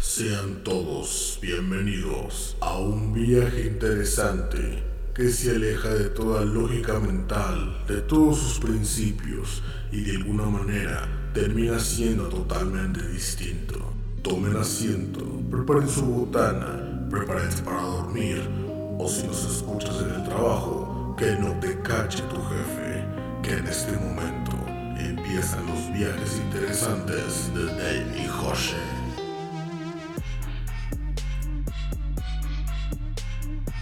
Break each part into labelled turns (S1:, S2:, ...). S1: Sean todos bienvenidos a un viaje interesante que se aleja de toda lógica mental, de todos sus principios y de alguna manera termina siendo totalmente distinto. Tomen asiento, preparen su botana, prepárense para dormir o si nos escuchas en el trabajo, que no te cache tu jefe, que en este momento empiezan los viajes interesantes de Dave y José.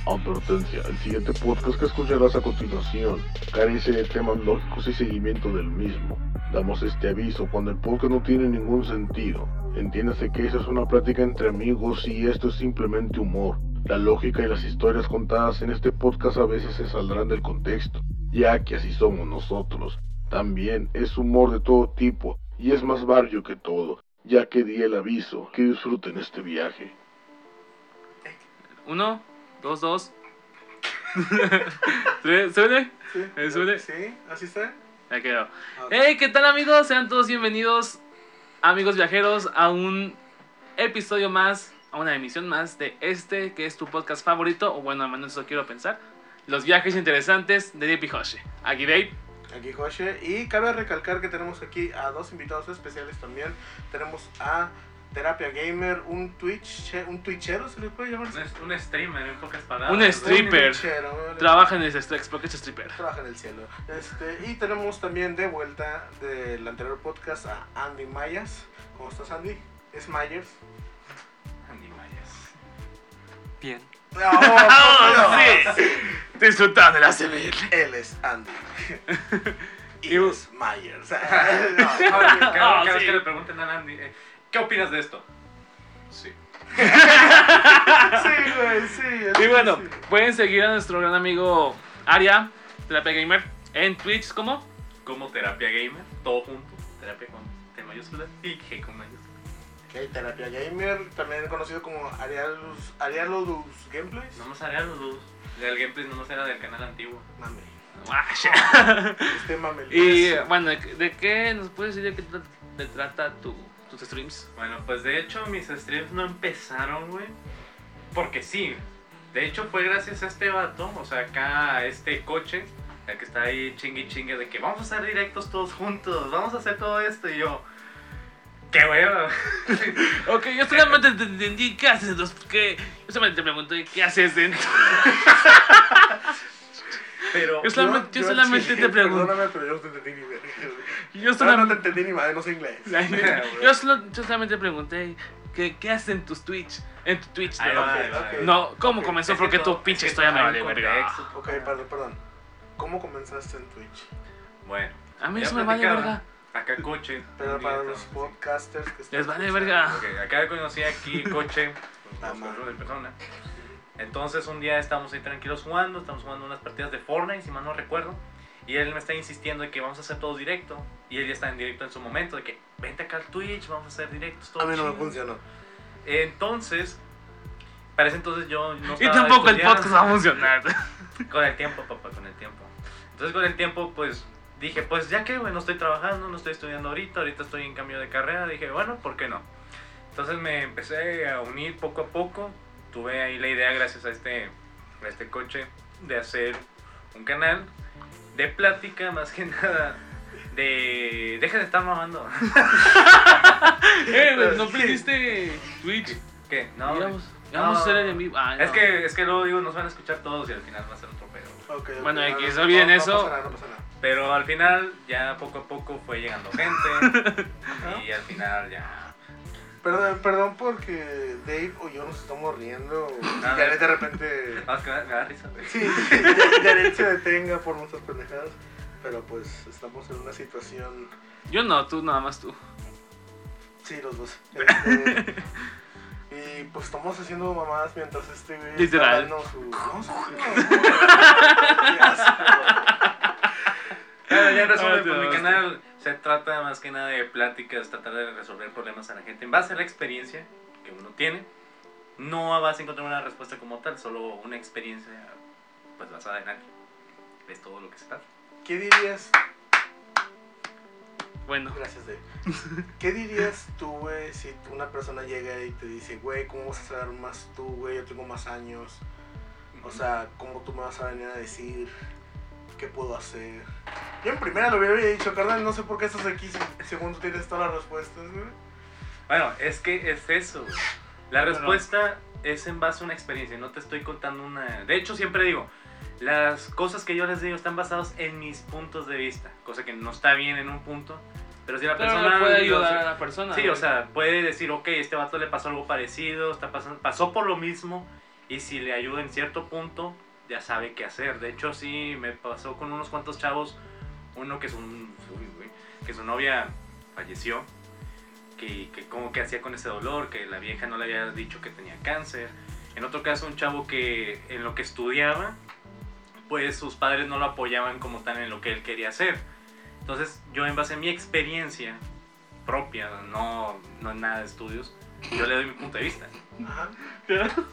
S2: Advertencia, el siguiente podcast que escucharás a continuación carece de temas lógicos y seguimiento del mismo. Damos este aviso cuando el podcast no tiene ningún sentido. Entiéndase que esa es una plática entre amigos y esto es simplemente humor. La lógica y las historias contadas en este podcast a veces se saldrán del contexto, ya que así somos nosotros. También es humor de todo tipo y es más barrio que todo, ya que di el aviso. Que disfruten este viaje.
S3: Uno, dos, dos. Tres, ¿Suele?
S4: Sí.
S3: ¿Eh, suele?
S4: Sí, así está.
S3: Ya quedó.
S4: Ah,
S3: Hey, ¿qué tal amigos? Sean todos bienvenidos, amigos viajeros, a un episodio más, a una emisión más de este, que es tu podcast favorito, o bueno, al menos eso quiero pensar. Los viajes interesantes de Deep Hoshi. Aquí Dave.
S4: Aquí José. Y cabe recalcar que tenemos aquí a dos invitados especiales también. Tenemos a Terapia Gamer, un Twitch, un Twitchero, ¿se le puede llamar?
S5: Un, es- un streamer, en pocas palabras.
S3: Un
S5: güey.
S3: stream. stripper.
S4: Twitchero, ¿vale?
S3: Trabaja en el Strex, porque es stripper.
S4: Trabaja en el cielo. Este, y tenemos también de vuelta del anterior podcast a Andy Mayas. ¿Cómo estás, Andy? Es Myers.
S5: Andy Mayas.
S6: Bien.
S4: No,
S3: ¡Oh, sí! Disfrutando la CBL.
S4: Él es Andy. y
S3: Y-
S4: es Myers.
S5: Oye,
S4: No,
S5: Cada, cada
S3: Ah,
S5: vez
S3: sí.
S5: que le pregunten a Andy, eh, ¿qué opinas de esto? Sí.
S4: sí, güey, sí.
S3: Y
S4: sí,
S3: bueno,
S4: sí.
S3: pueden seguir a nuestro gran amigo Aria, Terapia Gamer, en Twitch, ¿cómo?
S5: Como terapia gamer, todo junto. Terapia con T mayúscula y G con mayúscula.
S4: Ok, Terapia Gamer, también conocido como Arialus, Arialus Gameplays.
S5: No más haría los dos. El gameplay no más era del canal antiguo.
S4: Mame,
S3: Ah, shit.
S4: este mame.
S3: Y eh, bueno, ¿de qué nos puedes decir de qué tra- te trata tu, tus streams?
S5: Bueno, pues de hecho mis streams no empezaron, güey. Porque sí. De hecho fue gracias a este vato, o sea, acá a este coche, el que está ahí chingue y chingue de que vamos a hacer directos todos juntos, vamos a hacer todo esto y yo... ¡Qué hueva!
S3: Ok, yo solamente te entendí qué haces, los, qué, yo solamente te pregunté qué haces dentro.
S5: Pero...
S3: Yo solamente, yo solamente te pregunté.
S4: Perdóname, pero yo no te entendí ni verga, güey.
S3: Yo
S4: No, no te
S3: solamente,
S4: entendí ni madre, no sé inglés.
S3: yo solo- yo solamente pregunté qué, qué haces en tus Twitch, en tu Twitch.
S5: Ahí
S3: ¿no?
S5: va,
S4: ok,
S5: ahí va, ahí
S4: ok.
S5: va.
S3: No, ¿cómo
S4: Ok,
S3: comenzó?
S5: Es que
S3: Porque
S5: todo-
S3: tu pinche
S5: es que
S3: historia me
S5: todo
S3: vale
S5: en
S3: verga.
S5: contexto,
S4: Ok,
S5: todo.
S4: perdón, perdón. ¿Cómo comenzaste en Twitch?
S5: Bueno,
S3: A mí
S5: Ya
S3: eso me vale
S5: platicaba.
S3: verga.
S5: acá coche.
S4: Pero
S5: un
S4: para
S5: día
S4: los
S5: estábamos así.
S4: podcasters que están.
S3: Les vale
S4: escuchando,
S3: verga.
S5: Ok, acá conocí aquí coche,
S4: Ah,
S5: pues,
S4: madre.
S5: nosotros de persona. Entonces un día estamos ahí tranquilos jugando, estamos jugando unas partidas de Fortnite, si mal no recuerdo. Y él me está insistiendo de que vamos a hacer todo directo. Y él ya está en directo en su momento, de que vente acá al Twitch, vamos a hacer directos, todo
S4: A mí no me
S5: chido".
S4: funcionó.
S5: Entonces, para ese entonces yo no
S3: Y
S5: estaba
S3: tampoco el
S5: estudiando.
S3: podcast va a funcionar.
S5: Con el tiempo, papá, con el tiempo. Entonces con el tiempo, pues dije, pues ya que, güey, no estoy trabajando, no estoy estudiando ahorita, ahorita estoy en cambio de carrera, dije, bueno, ¿por qué no? Entonces me empecé a unir poco a poco, tuve ahí la idea gracias a este, a este coche de hacer un canal de plática más que nada. De... Deja de estar mamando.
S3: Eh, no prendiste Twitch.
S5: ¿Qué? No. güey.
S3: Vamos vamos a hacer el en vivo. Ah,
S5: Es
S3: no.
S5: que, es que luego digo, nos van a escuchar todos y al final va a ser otro pedo. güey.
S4: Ok, ok,
S3: Bueno,
S4: no,
S3: X,
S4: no, no,
S3: olviden
S4: no,
S3: eso.
S4: No pasa nada, no pasa nada.
S5: Pero al final ya poco a poco fue llegando gente y al final ya...
S4: Perdón, perdón porque Dave o yo nos estamos riendo. Y
S5: Nada.
S4: Jared de repente.
S5: Más Ah, que me da risa. güey.
S4: Sí, Jared se detenga por nuestras pendejadas, pero pues estamos en una situación,
S3: Yo no, tú nada más tú.
S4: sí, los dos. Este, y pues estamos haciendo mamadas mientras este güey está
S3: Literal.
S4: dando su... No, su- Qué asco.
S5: Bueno, ya en
S3: Ah,
S5: resumen,
S3: te
S5: pues, mi
S3: mamaste.
S5: canal se trata más que nada de pláticas, tratar de resolver problemas a la gente en base a la experiencia que uno tiene. No vas a encontrar una respuesta como tal, solo una experiencia pues basada en alguien. Es todo lo que se trata.
S4: ¿Qué dirías
S3: Bueno,
S4: Gracias, Dave. ¿Qué dirías tú, güey, si una persona llega y te dice, güey, ¿cómo vas a saber más tú, güey? Yo tengo más años. O sea, ¿cómo tú me vas a venir a decir qué puedo hacer? Yo en primera lo hubiera dicho, carnal, no sé por qué estás aquí si- según tú tienes todas las respuestas, güey.
S5: Bueno, es que es eso. güey. La
S3: Pero-
S5: respuesta es en base a una experiencia, no te estoy contando una... De hecho, siempre digo, las cosas que yo les digo están basadas en mis puntos de vista, cosa que no está bien en un punto, pero si la
S3: pero
S5: persona...
S3: le puede
S5: lo-
S3: ayudar a la persona.
S5: Sí,
S3: güey.
S5: o sea, puede decir, ok, este vato le pasó algo parecido, está pasando, pasó por lo mismo, y si le ayuda en cierto punto, ya sabe qué hacer. De hecho, sí, me pasó con unos cuantos chavos, uno que, es un, uy, güey, que su novia falleció, que, que como que hacía con ese dolor, que la vieja no le había dicho que tenía cáncer. En otro caso, un chavo que en lo que estudiaba, pues sus padres no lo apoyaban como tal en lo que él quería hacer. Entonces, yo en base a mi experiencia propia, no, no en nada de estudios, yo le doy mi punto de vista.
S4: Ajá.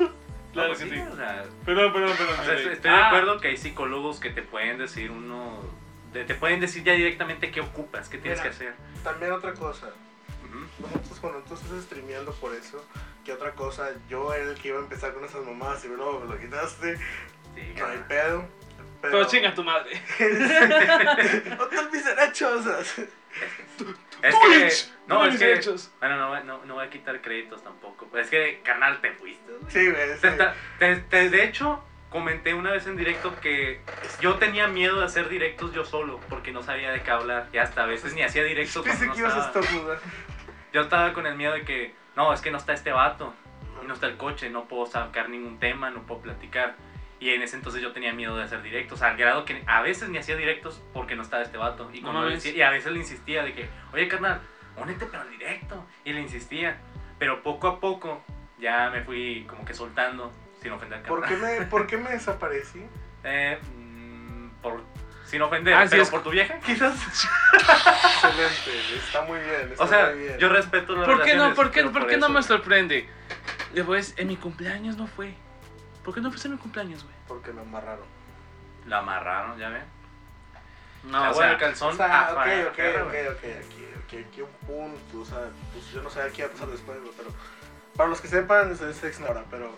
S5: No,
S3: claro
S5: pues
S3: que
S5: sí,
S3: sí.
S5: o sea,
S3: Perdón, perdón, perdón.
S5: o sea,
S3: güey.
S5: estoy estoy de
S3: Ah,
S5: acuerdo que hay psicólogos que te pueden decir uno, te, te pueden decir ya directamente qué ocupas, qué tienes
S4: Mira.
S5: que hacer.
S4: También otra cosa.
S5: Ujú.
S4: Nosotros cuando tú estás streameando por eso, que otra cosa, yo era el que iba a empezar con esas mamadas y luego me lo quitaste,
S5: Sí,
S4: no hay
S5: claro.
S4: pedo. Pero,
S3: Pero chinga tu madre.
S4: no te olvides de las cosas.
S5: Es
S3: Tú
S5: que,
S3: eres-
S5: no,
S3: tú
S5: es
S3: eres
S5: que,
S3: hechos.
S5: bueno, no, voy- no, no voy a quitar créditos tampoco, pero es que, carnal, te fuiste. güey.
S4: Sí, güey. sí.
S5: Te está- te- te- de hecho, comenté una vez en directo que yo tenía miedo de hacer directos yo solo, porque no sabía de qué hablar, y hasta a veces ni hacía directos. cuando
S4: Pensé
S5: no
S4: que ibas a
S5: estaba.
S4: estornudar.
S5: Yo estaba con el miedo de que, no, es que no está este vato, y no está el coche, no puedo sacar ningún tema, no puedo platicar. Y en ese entonces yo tenía miedo de hacer directos, al grado que a veces ni hacía directos porque no estaba este vato. Y,
S3: No
S5: cuando le
S3: mames.
S5: decía- y a veces le insistía de que, oye carnal, únete para el directo. Y le insistía. Pero poco a poco ya me fui como que soltando, sin ofender al
S4: ¿Por
S5: carnal.
S4: qué me, por qué me desaparecí?
S5: Eh, mm, por- sin ofender,
S3: Así
S5: pero
S3: Ah, es.
S5: por tu vieja, quizás.
S4: Excelente, está muy bien. Está
S5: O sea,
S4: muy bien.
S5: yo respeto las
S3: ¿Por qué no?
S5: relaciones,
S3: ¿Por qué,
S5: pero
S3: por qué no
S5: eso.
S3: me sorprende? Después, en mi cumpleaños no fue. ¿Por qué no fuiste en mi cumpleaños, güey?
S4: Porque me amarraron.
S5: La amarraron, ya ven.
S3: No,
S5: La
S3: o sea,
S5: buena del calzón.
S4: O sea,
S5: ah,
S4: ok,
S5: para la
S4: ok,
S5: perra,
S4: ok,
S5: güey.
S4: ok, aquí, aquí, aquí un punto, o sea, pues yo no sabía qué iba a pasar después, güey, pero para los que sepan, es, es ahora, pero,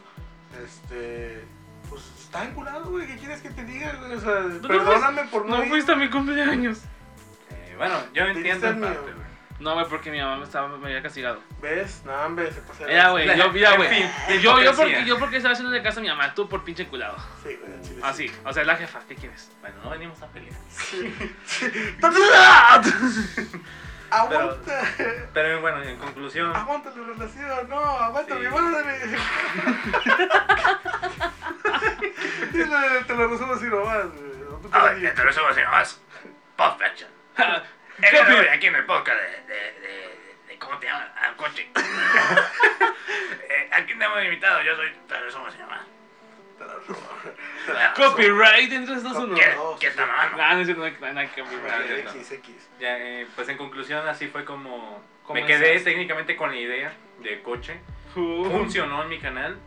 S4: este, pues está enculado, güey, ¿qué quieres que te diga, güey? O sea,
S3: Pues, no
S4: perdóname por no
S3: no
S4: ir.
S3: fuiste a mi cumpleaños.
S5: Eh, bueno, yo entiendo
S4: el
S5: en
S4: mío.
S5: parte, güey.
S3: No, güey, porque mi mamá me, estaba, me había castigado.
S4: ¿Ves? No, hombre, se pasa.
S3: Era, güey, yo, mira,
S5: En
S3: güey.
S5: fin,
S3: Yo, yo,
S5: hipocresía.
S3: porque, yo porque estaba haciendo de casa a mi mamá, tú por pinche culado.
S4: Sí, güey, al chile, sí.
S3: Así, o sea, es la jefa, ¿qué quieres?
S5: Bueno, no venimos a pelear.
S4: Aguanta,
S5: Pero bueno, en conclusión,
S4: aguanta la relación, no, aguanta
S5: Sí.
S4: mi madre. Sí, la- te lo resumo así nomás, güey. No te
S6: A ver,
S4: preocupes.
S6: te lo subo así nomás. Post fashion. El otro día aquí en el podcast de, de, de, de- ¿Cómo te llamas? Al coche. eh, aquí tenemos invitado, yo soy. Te lo subo así nomás.
S3: Copyright entre estos uno.
S6: ¿Qué,
S4: No,
S6: qué
S4: sí,
S6: está mamando?
S3: Ah, no es cierto, no hay- no hay copyright.
S5: Vale,
S4: X, X.
S5: ya, eh, pues en conclusión así fue como... Me
S3: Comenzaste.
S5: quedé técnicamente con la idea de coche.
S3: Uh,
S5: Funcionó en mi canal.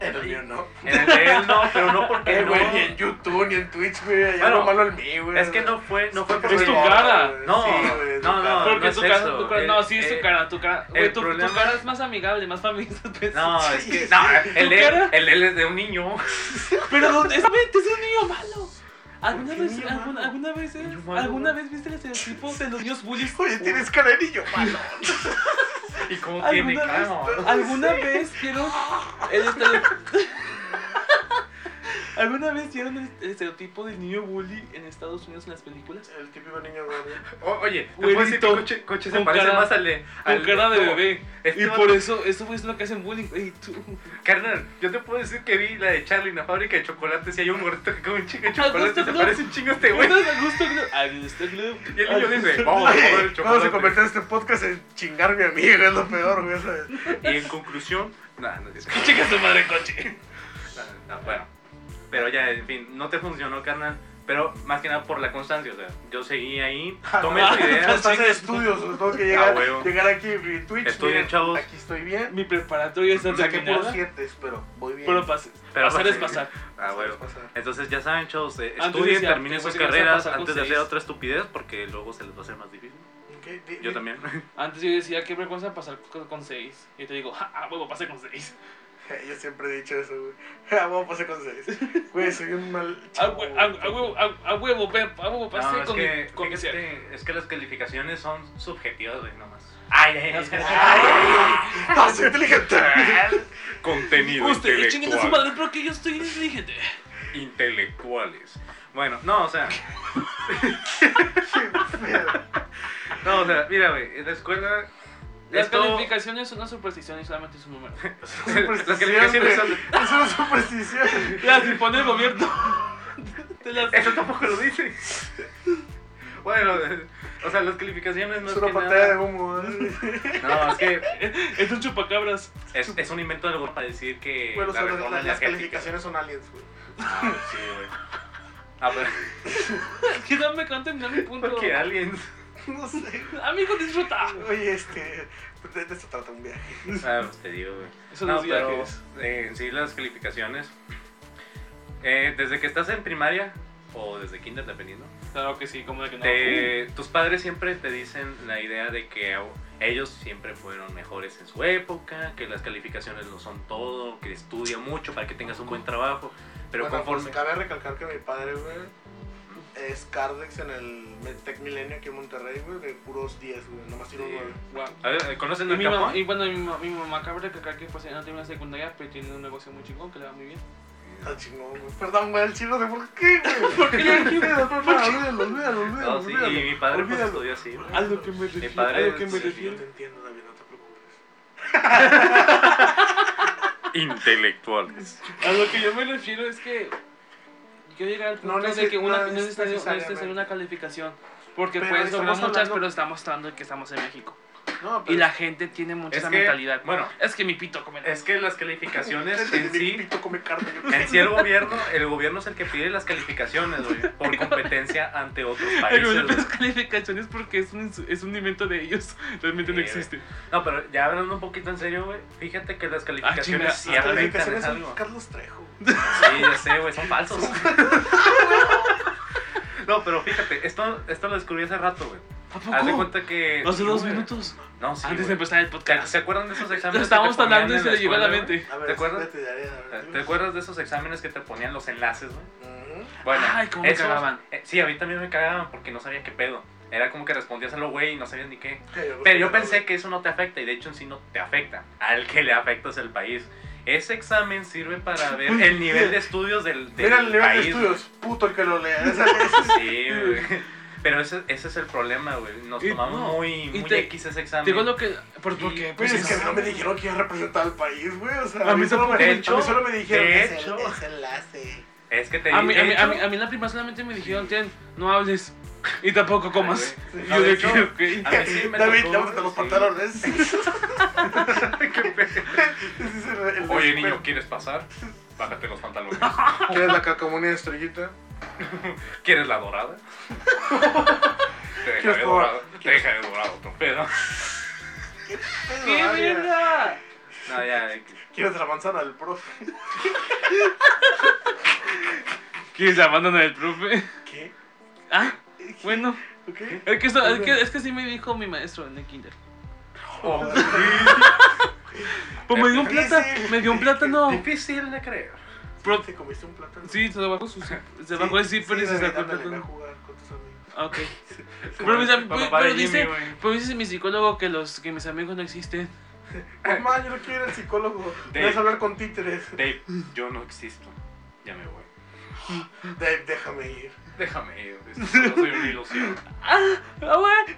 S4: En el mío no.
S5: En el de él no, pero no porque
S4: Eh,
S5: no...
S4: güey, ni en YouTube, ni en Twitch, güey. Allá
S5: Bueno,
S4: lo malo el mío, güey.
S5: Es que no fue, no fue
S4: Porque
S5: por
S3: Es
S4: soy
S3: tu
S4: gordo,
S3: cara.
S4: güey.
S5: No,
S4: Sí, güey, es
S5: no,
S4: tu
S5: no,
S4: cara.
S5: no
S3: Porque
S5: es
S3: tu cara,
S5: eso,
S3: tu cara,
S5: el-
S3: no, sí es
S5: eh,
S3: tu cara, tu cara. Güey,
S5: el
S3: tu, tu
S5: problema-
S3: cara es más amigable, más familiar. pues.
S5: No, es que...
S4: Sí.
S5: No, el de él,
S3: cara?
S5: el de él es de un niño.
S3: Pero ¿dónde- es, vete, es un niño malo. ¿Alguna
S4: qué
S3: vez,
S4: niño
S3: alguna,
S4: malo?
S3: alguna vez, eh?
S5: Niño malo,
S3: alguna
S5: güey.
S3: vez viste el estereotipo de los niños bullies?
S4: Oye, tienes cara de niño malo.
S5: ¿Y cómo tiene
S3: ¿Alguna
S5: cara?
S3: vez,
S5: mamá?
S3: ¿alguna vez vieron el estere- ¿Alguna vez vieron el- el estereotipo del niño bully en Estados Unidos en las películas?
S4: El típico niño gordo.
S5: O- Oye, te
S3: Güerito,
S5: puedo decir que coche, coche se
S3: con
S5: parece
S3: cara-
S5: más al de...
S3: Con
S5: al-
S3: cara de
S5: no,
S3: bebé.
S5: este
S3: Y
S5: vato-
S3: por eso, eso fue lo que hacen bullying. Ey, tú.
S5: Carnal, yo te puedo decir que vi la de Charlie en la fábrica de chocolates y hay un gordito que come un chingo de chocolate
S3: Augusto
S5: y se
S3: Gloop.
S5: parece un chingo a este güey.
S3: ¿Cuántas a gusto club? A gusto club.
S5: Y el niño
S3: A gusto
S5: dice,
S3: club.
S5: vamos a comer el
S4: Vamos a
S5: chocolate.
S4: convertir este podcast en chingarme a mi amigo, es lo peor, güey, ¿sabes?
S5: Y en conclusión, nada, no es
S3: Y chica su madre coche.
S5: nah, nah, Bueno, pero ya, en fin, no te funcionó, carnal. Pero más que nada por la constancia, o sea, yo seguí ahí, tomé
S3: Ah,
S5: tu idea.
S3: no.
S4: Estás en estudios, güey, tengo que llegar,
S5: Ah, huevo.
S4: llegar aquí, mi Twitch.
S5: Estoy bien,
S4: mira,
S5: chavos.
S4: Aquí estoy bien.
S3: Mi preparatoria está
S4: Saqué puros
S3: terminada.
S4: siete, pero voy bien.
S3: Pero pas-
S5: Pero
S3: pasar es
S5: sí.
S3: pasar.
S5: Ah, bueno.
S4: Pasar.
S5: Entonces ya saben, chavos, eh,
S3: Antes
S5: estudien,
S3: decía,
S5: terminen
S3: tenemos
S5: sus
S3: que empezar a
S5: carreras
S3: pasar con
S5: antes de hacer
S3: seis.
S5: otra estupidez porque luego se les va a hacer más difícil.
S4: Ok, ¿Qué? Di-
S5: Yo
S4: di-
S5: también.
S3: Antes yo decía, qué vergüenza pasar co- con 6. Y te digo, ja, ah, huevo, pasé con 6.
S4: Yo siempre he dicho eso, güey. Ah, vamos a pasar con seis. Güey, soy un mal
S3: A,
S5: Ah,
S4: chavo.
S3: hue- a, a huevo, a, a huevo, pe- a huevo, pasé
S5: No, es
S3: con,
S5: que,
S3: mi, con mi
S5: fíjate,
S3: ser.
S5: es que las calificaciones son subjetivas, güey, nomás.
S6: Ay, ay, ay, ay.
S4: ¡Ah, soy inteligente!
S5: Contenido
S3: Usted, chinguen a su madre, pero que yo estoy inteligente.
S5: intelectuales. Bueno, no, o sea. no, o sea, mira, güey, en la escuela.
S3: Las
S5: esto-
S3: calificaciones son una superstición y solamente es un número.
S5: Las calificaciones son.
S4: Es una superstición.
S3: Las impone el gobierno. Te las-
S5: Eso tampoco lo dice. Bueno, o sea, las calificaciones no
S4: Es
S5: es,
S4: una
S5: que
S4: pantalla de
S5: nada.
S4: humo. ¿eh?
S5: No, es que
S3: Es un chupacabras.
S5: es, es un invento del gobierno para decir que
S4: Bueno, o sea,
S5: la
S4: las-
S5: reforma
S4: las, las
S5: energética-
S4: calificaciones son aliens, güey.
S5: Ah, sí, güey. Ah, pero
S3: Que no me canten no mi punto.
S5: porque alguien.
S4: No sé.
S3: Amigo, disfruta.
S4: Oye, este. De, de esto trata un viaje.
S5: Ah, pues te digo, güey.
S3: Eso
S5: no,
S3: los
S5: pero
S3: viajes.
S5: eh, en sí las calificaciones. eh, desde que estás en primaria o desde kinder, dependiendo,
S3: Claro que sí, como de que no.
S5: te- tus padres siempre te dicen la idea de que au- ellos siempre fueron mejores en su época, que las calificaciones lo son todo, que estudia mucho para que tengas un buen trabajo. Pero
S4: Bueno, pues,
S5: conforme.
S4: cabe recalcar que mi padre, güey, es Cardex en el Tech Milenio aquí en Monterrey, güey, de puros 10, güey. Nomás tiene un
S5: Sí.
S4: 9.
S3: Guau.
S5: A ver, ¿Conocen
S3: Y,
S5: el
S3: mi mamá,
S5: Capón?
S3: y bueno, mi, ma- mi mamá cabe recalcar que pues, ella no tiene una secundaria, pero tiene un negocio muy chingón que le va muy bien.
S4: Está Ah, chingón, güey. Perdón, güey, el chino de por qué, güey.
S3: ¿Por qué lo
S4: Olvídalo,
S3: dijiste?
S4: no, no, olvídalo, olvídalo, olvídalo,
S5: No, sí,
S4: olvídalo.
S5: y mi padre pues
S4: Olvídalo.
S5: estudió así. güey.
S3: A lo que me refiero. A
S5: padre
S3: lo que me
S5: sí,
S4: Sí, Yo
S3: refiero.
S4: te entiendo, David, no te preocupes.
S5: Intelectuales.
S3: A lo que yo me refiero es que yo llegar al punto
S4: No
S3: de que una,
S4: necesita-
S3: no necesita- no necesita
S4: necesariamente.
S3: una calificación. Porque
S4: Pero
S3: pues
S4: estamos
S3: somos muchas,
S4: hablando-
S3: pero estamos hablando de que estamos en México.
S4: No,
S3: Y la gente tiene mucha
S5: Es
S3: esa
S5: que-
S3: mentalidad.
S5: bueno.
S3: es que mi pito come.
S5: Es que las calificaciones en
S4: Mi
S5: sí.
S4: pito come carne. yo-
S5: En sí el gobierno, el gobierno es el que pide las calificaciones, güey, por competencia ante otros
S3: Pero
S5: países.
S3: no
S5: güey.
S3: las calificaciones porque es un, insu- es un invento de ellos. Realmente no
S5: Sí,
S3: existe.
S5: No, pero ya hablando un poquito en serio, güey, fíjate que las
S3: Ah, chinga,
S5: calificaciones sí
S4: Las
S5: afectan
S4: calificaciones
S5: en
S4: son
S5: algo.
S4: Carlos Trejo.
S5: Sí, ya sé, güey, son falsos. No, pero fíjate, esto, esto lo descubrí hace rato, güey.
S3: ¿A poco?
S5: Haz de cuenta que...
S3: Hace
S5: sí,
S3: dos
S5: güey.
S3: minutos.
S5: No, sí,
S3: antes de
S5: güey.
S3: empezar el
S5: ¿Se-
S3: podcast.
S5: ¿Se acuerdan de esos exámenes?
S3: Lo
S5: que te
S3: estábamos
S5: ponían
S3: hablando y
S5: en
S3: se
S5: la
S3: le llegó a la
S5: escuela, güey?
S3: mente.
S4: A ver,
S5: ¿Te acuerdas?
S4: espérate, Daría, a ver,
S5: ¿Te acuerdas de esos exámenes que te ponían los enlaces, güey?
S4: Ujú.
S5: Bueno,
S3: Ay, cómo me
S5: esos-
S3: cagaban.
S5: eh, sí, a mí también me cagaban porque no sabía qué pedo. Era como que respondías a lo güey y no sabías ni qué.
S4: Ok, yo
S5: Pero yo pensé que eso no te afecta y de hecho en sí no te afecta. Al que le afecta es el país. Ese examen sirve para ver el nivel de estudios del, del
S4: Mira el nivel
S5: país.
S4: de estudios, puto el que lo lea. Esa-
S5: güey. Sí, güey. Pero ese, ese es el problema, güey. Nos
S3: Y-
S5: tomamos
S3: no,
S5: muy,
S3: y
S5: muy
S3: te-
S5: X ese examen.
S3: Digo lo que. ¿Por
S4: Pero
S3: qué?
S4: Pues es que
S3: eso-
S4: no me dijeron que iba a representar al país, güey. O sea,
S3: A mí
S4: solo me,
S5: de
S4: a
S5: hecho,
S4: mí solo me dijeron
S5: de
S4: "Es el-
S5: hecho.
S4: es enlace.
S5: Es que te
S3: A mí, a, mí,
S5: de
S3: a, mí,
S5: hecho-
S3: a mí en la prima solamente me dijeron, Tien, no hables y tampoco comas.
S5: Ay, güey.
S3: Y
S5: No,
S3: yo
S5: de
S3: de
S5: hecho,
S3: que, ok.
S5: a mí sí me
S4: David,
S5: tocó,
S4: lávate los
S5: sí.
S4: pantalones.
S5: Qué pedo. Oye, niño, ¿quieres pasar? Bájate los pantalones.
S4: ¿quieres la cacamonía de estrellita?
S5: ¿Quieres la dorada? Te
S4: ¿Quieres
S5: dejaré
S4: probar?
S5: dorado. Te dejaré dorado, otro pedo.
S3: ¡Qué mierda!
S5: No, ya. eh,
S4: Ah, ¿Quieres la manzana del profe?
S3: ¿Quieres la bandana del profe?
S4: ¿Qué?
S3: Ah, bueno.
S4: ¿Qué?
S3: Es que, eso- es que, es que sí me dijo mi maestro en el kinder.
S5: Oh,
S3: Pues me dio un plátano, me dio un plátano.
S5: Difícil de creer.
S3: Pro-
S4: ¿Te comiste un plátano?
S3: sí, se bajó su, se bajó el zipper y se
S4: David,
S3: sacó el
S4: ándale, ve a
S3: plátano.
S4: jugar con tus amigos.
S3: Ah, Ok. Pero, mis am-
S5: Papá
S3: pero
S5: de Jimmy,
S3: dice,
S5: güey.
S3: pero dice mi psicólogo que los que mis amigos no existen.
S5: Eh.
S4: Mamá, Pues, yo no quiero ir al psicólogo.
S5: Dave.
S4: Debes hablar con títeres.
S5: Dave, yo no existo. Ya me voy.
S4: Dave, déjame ir.
S5: Déjame ir. Yo soy una ilusión.
S3: Ah, güey.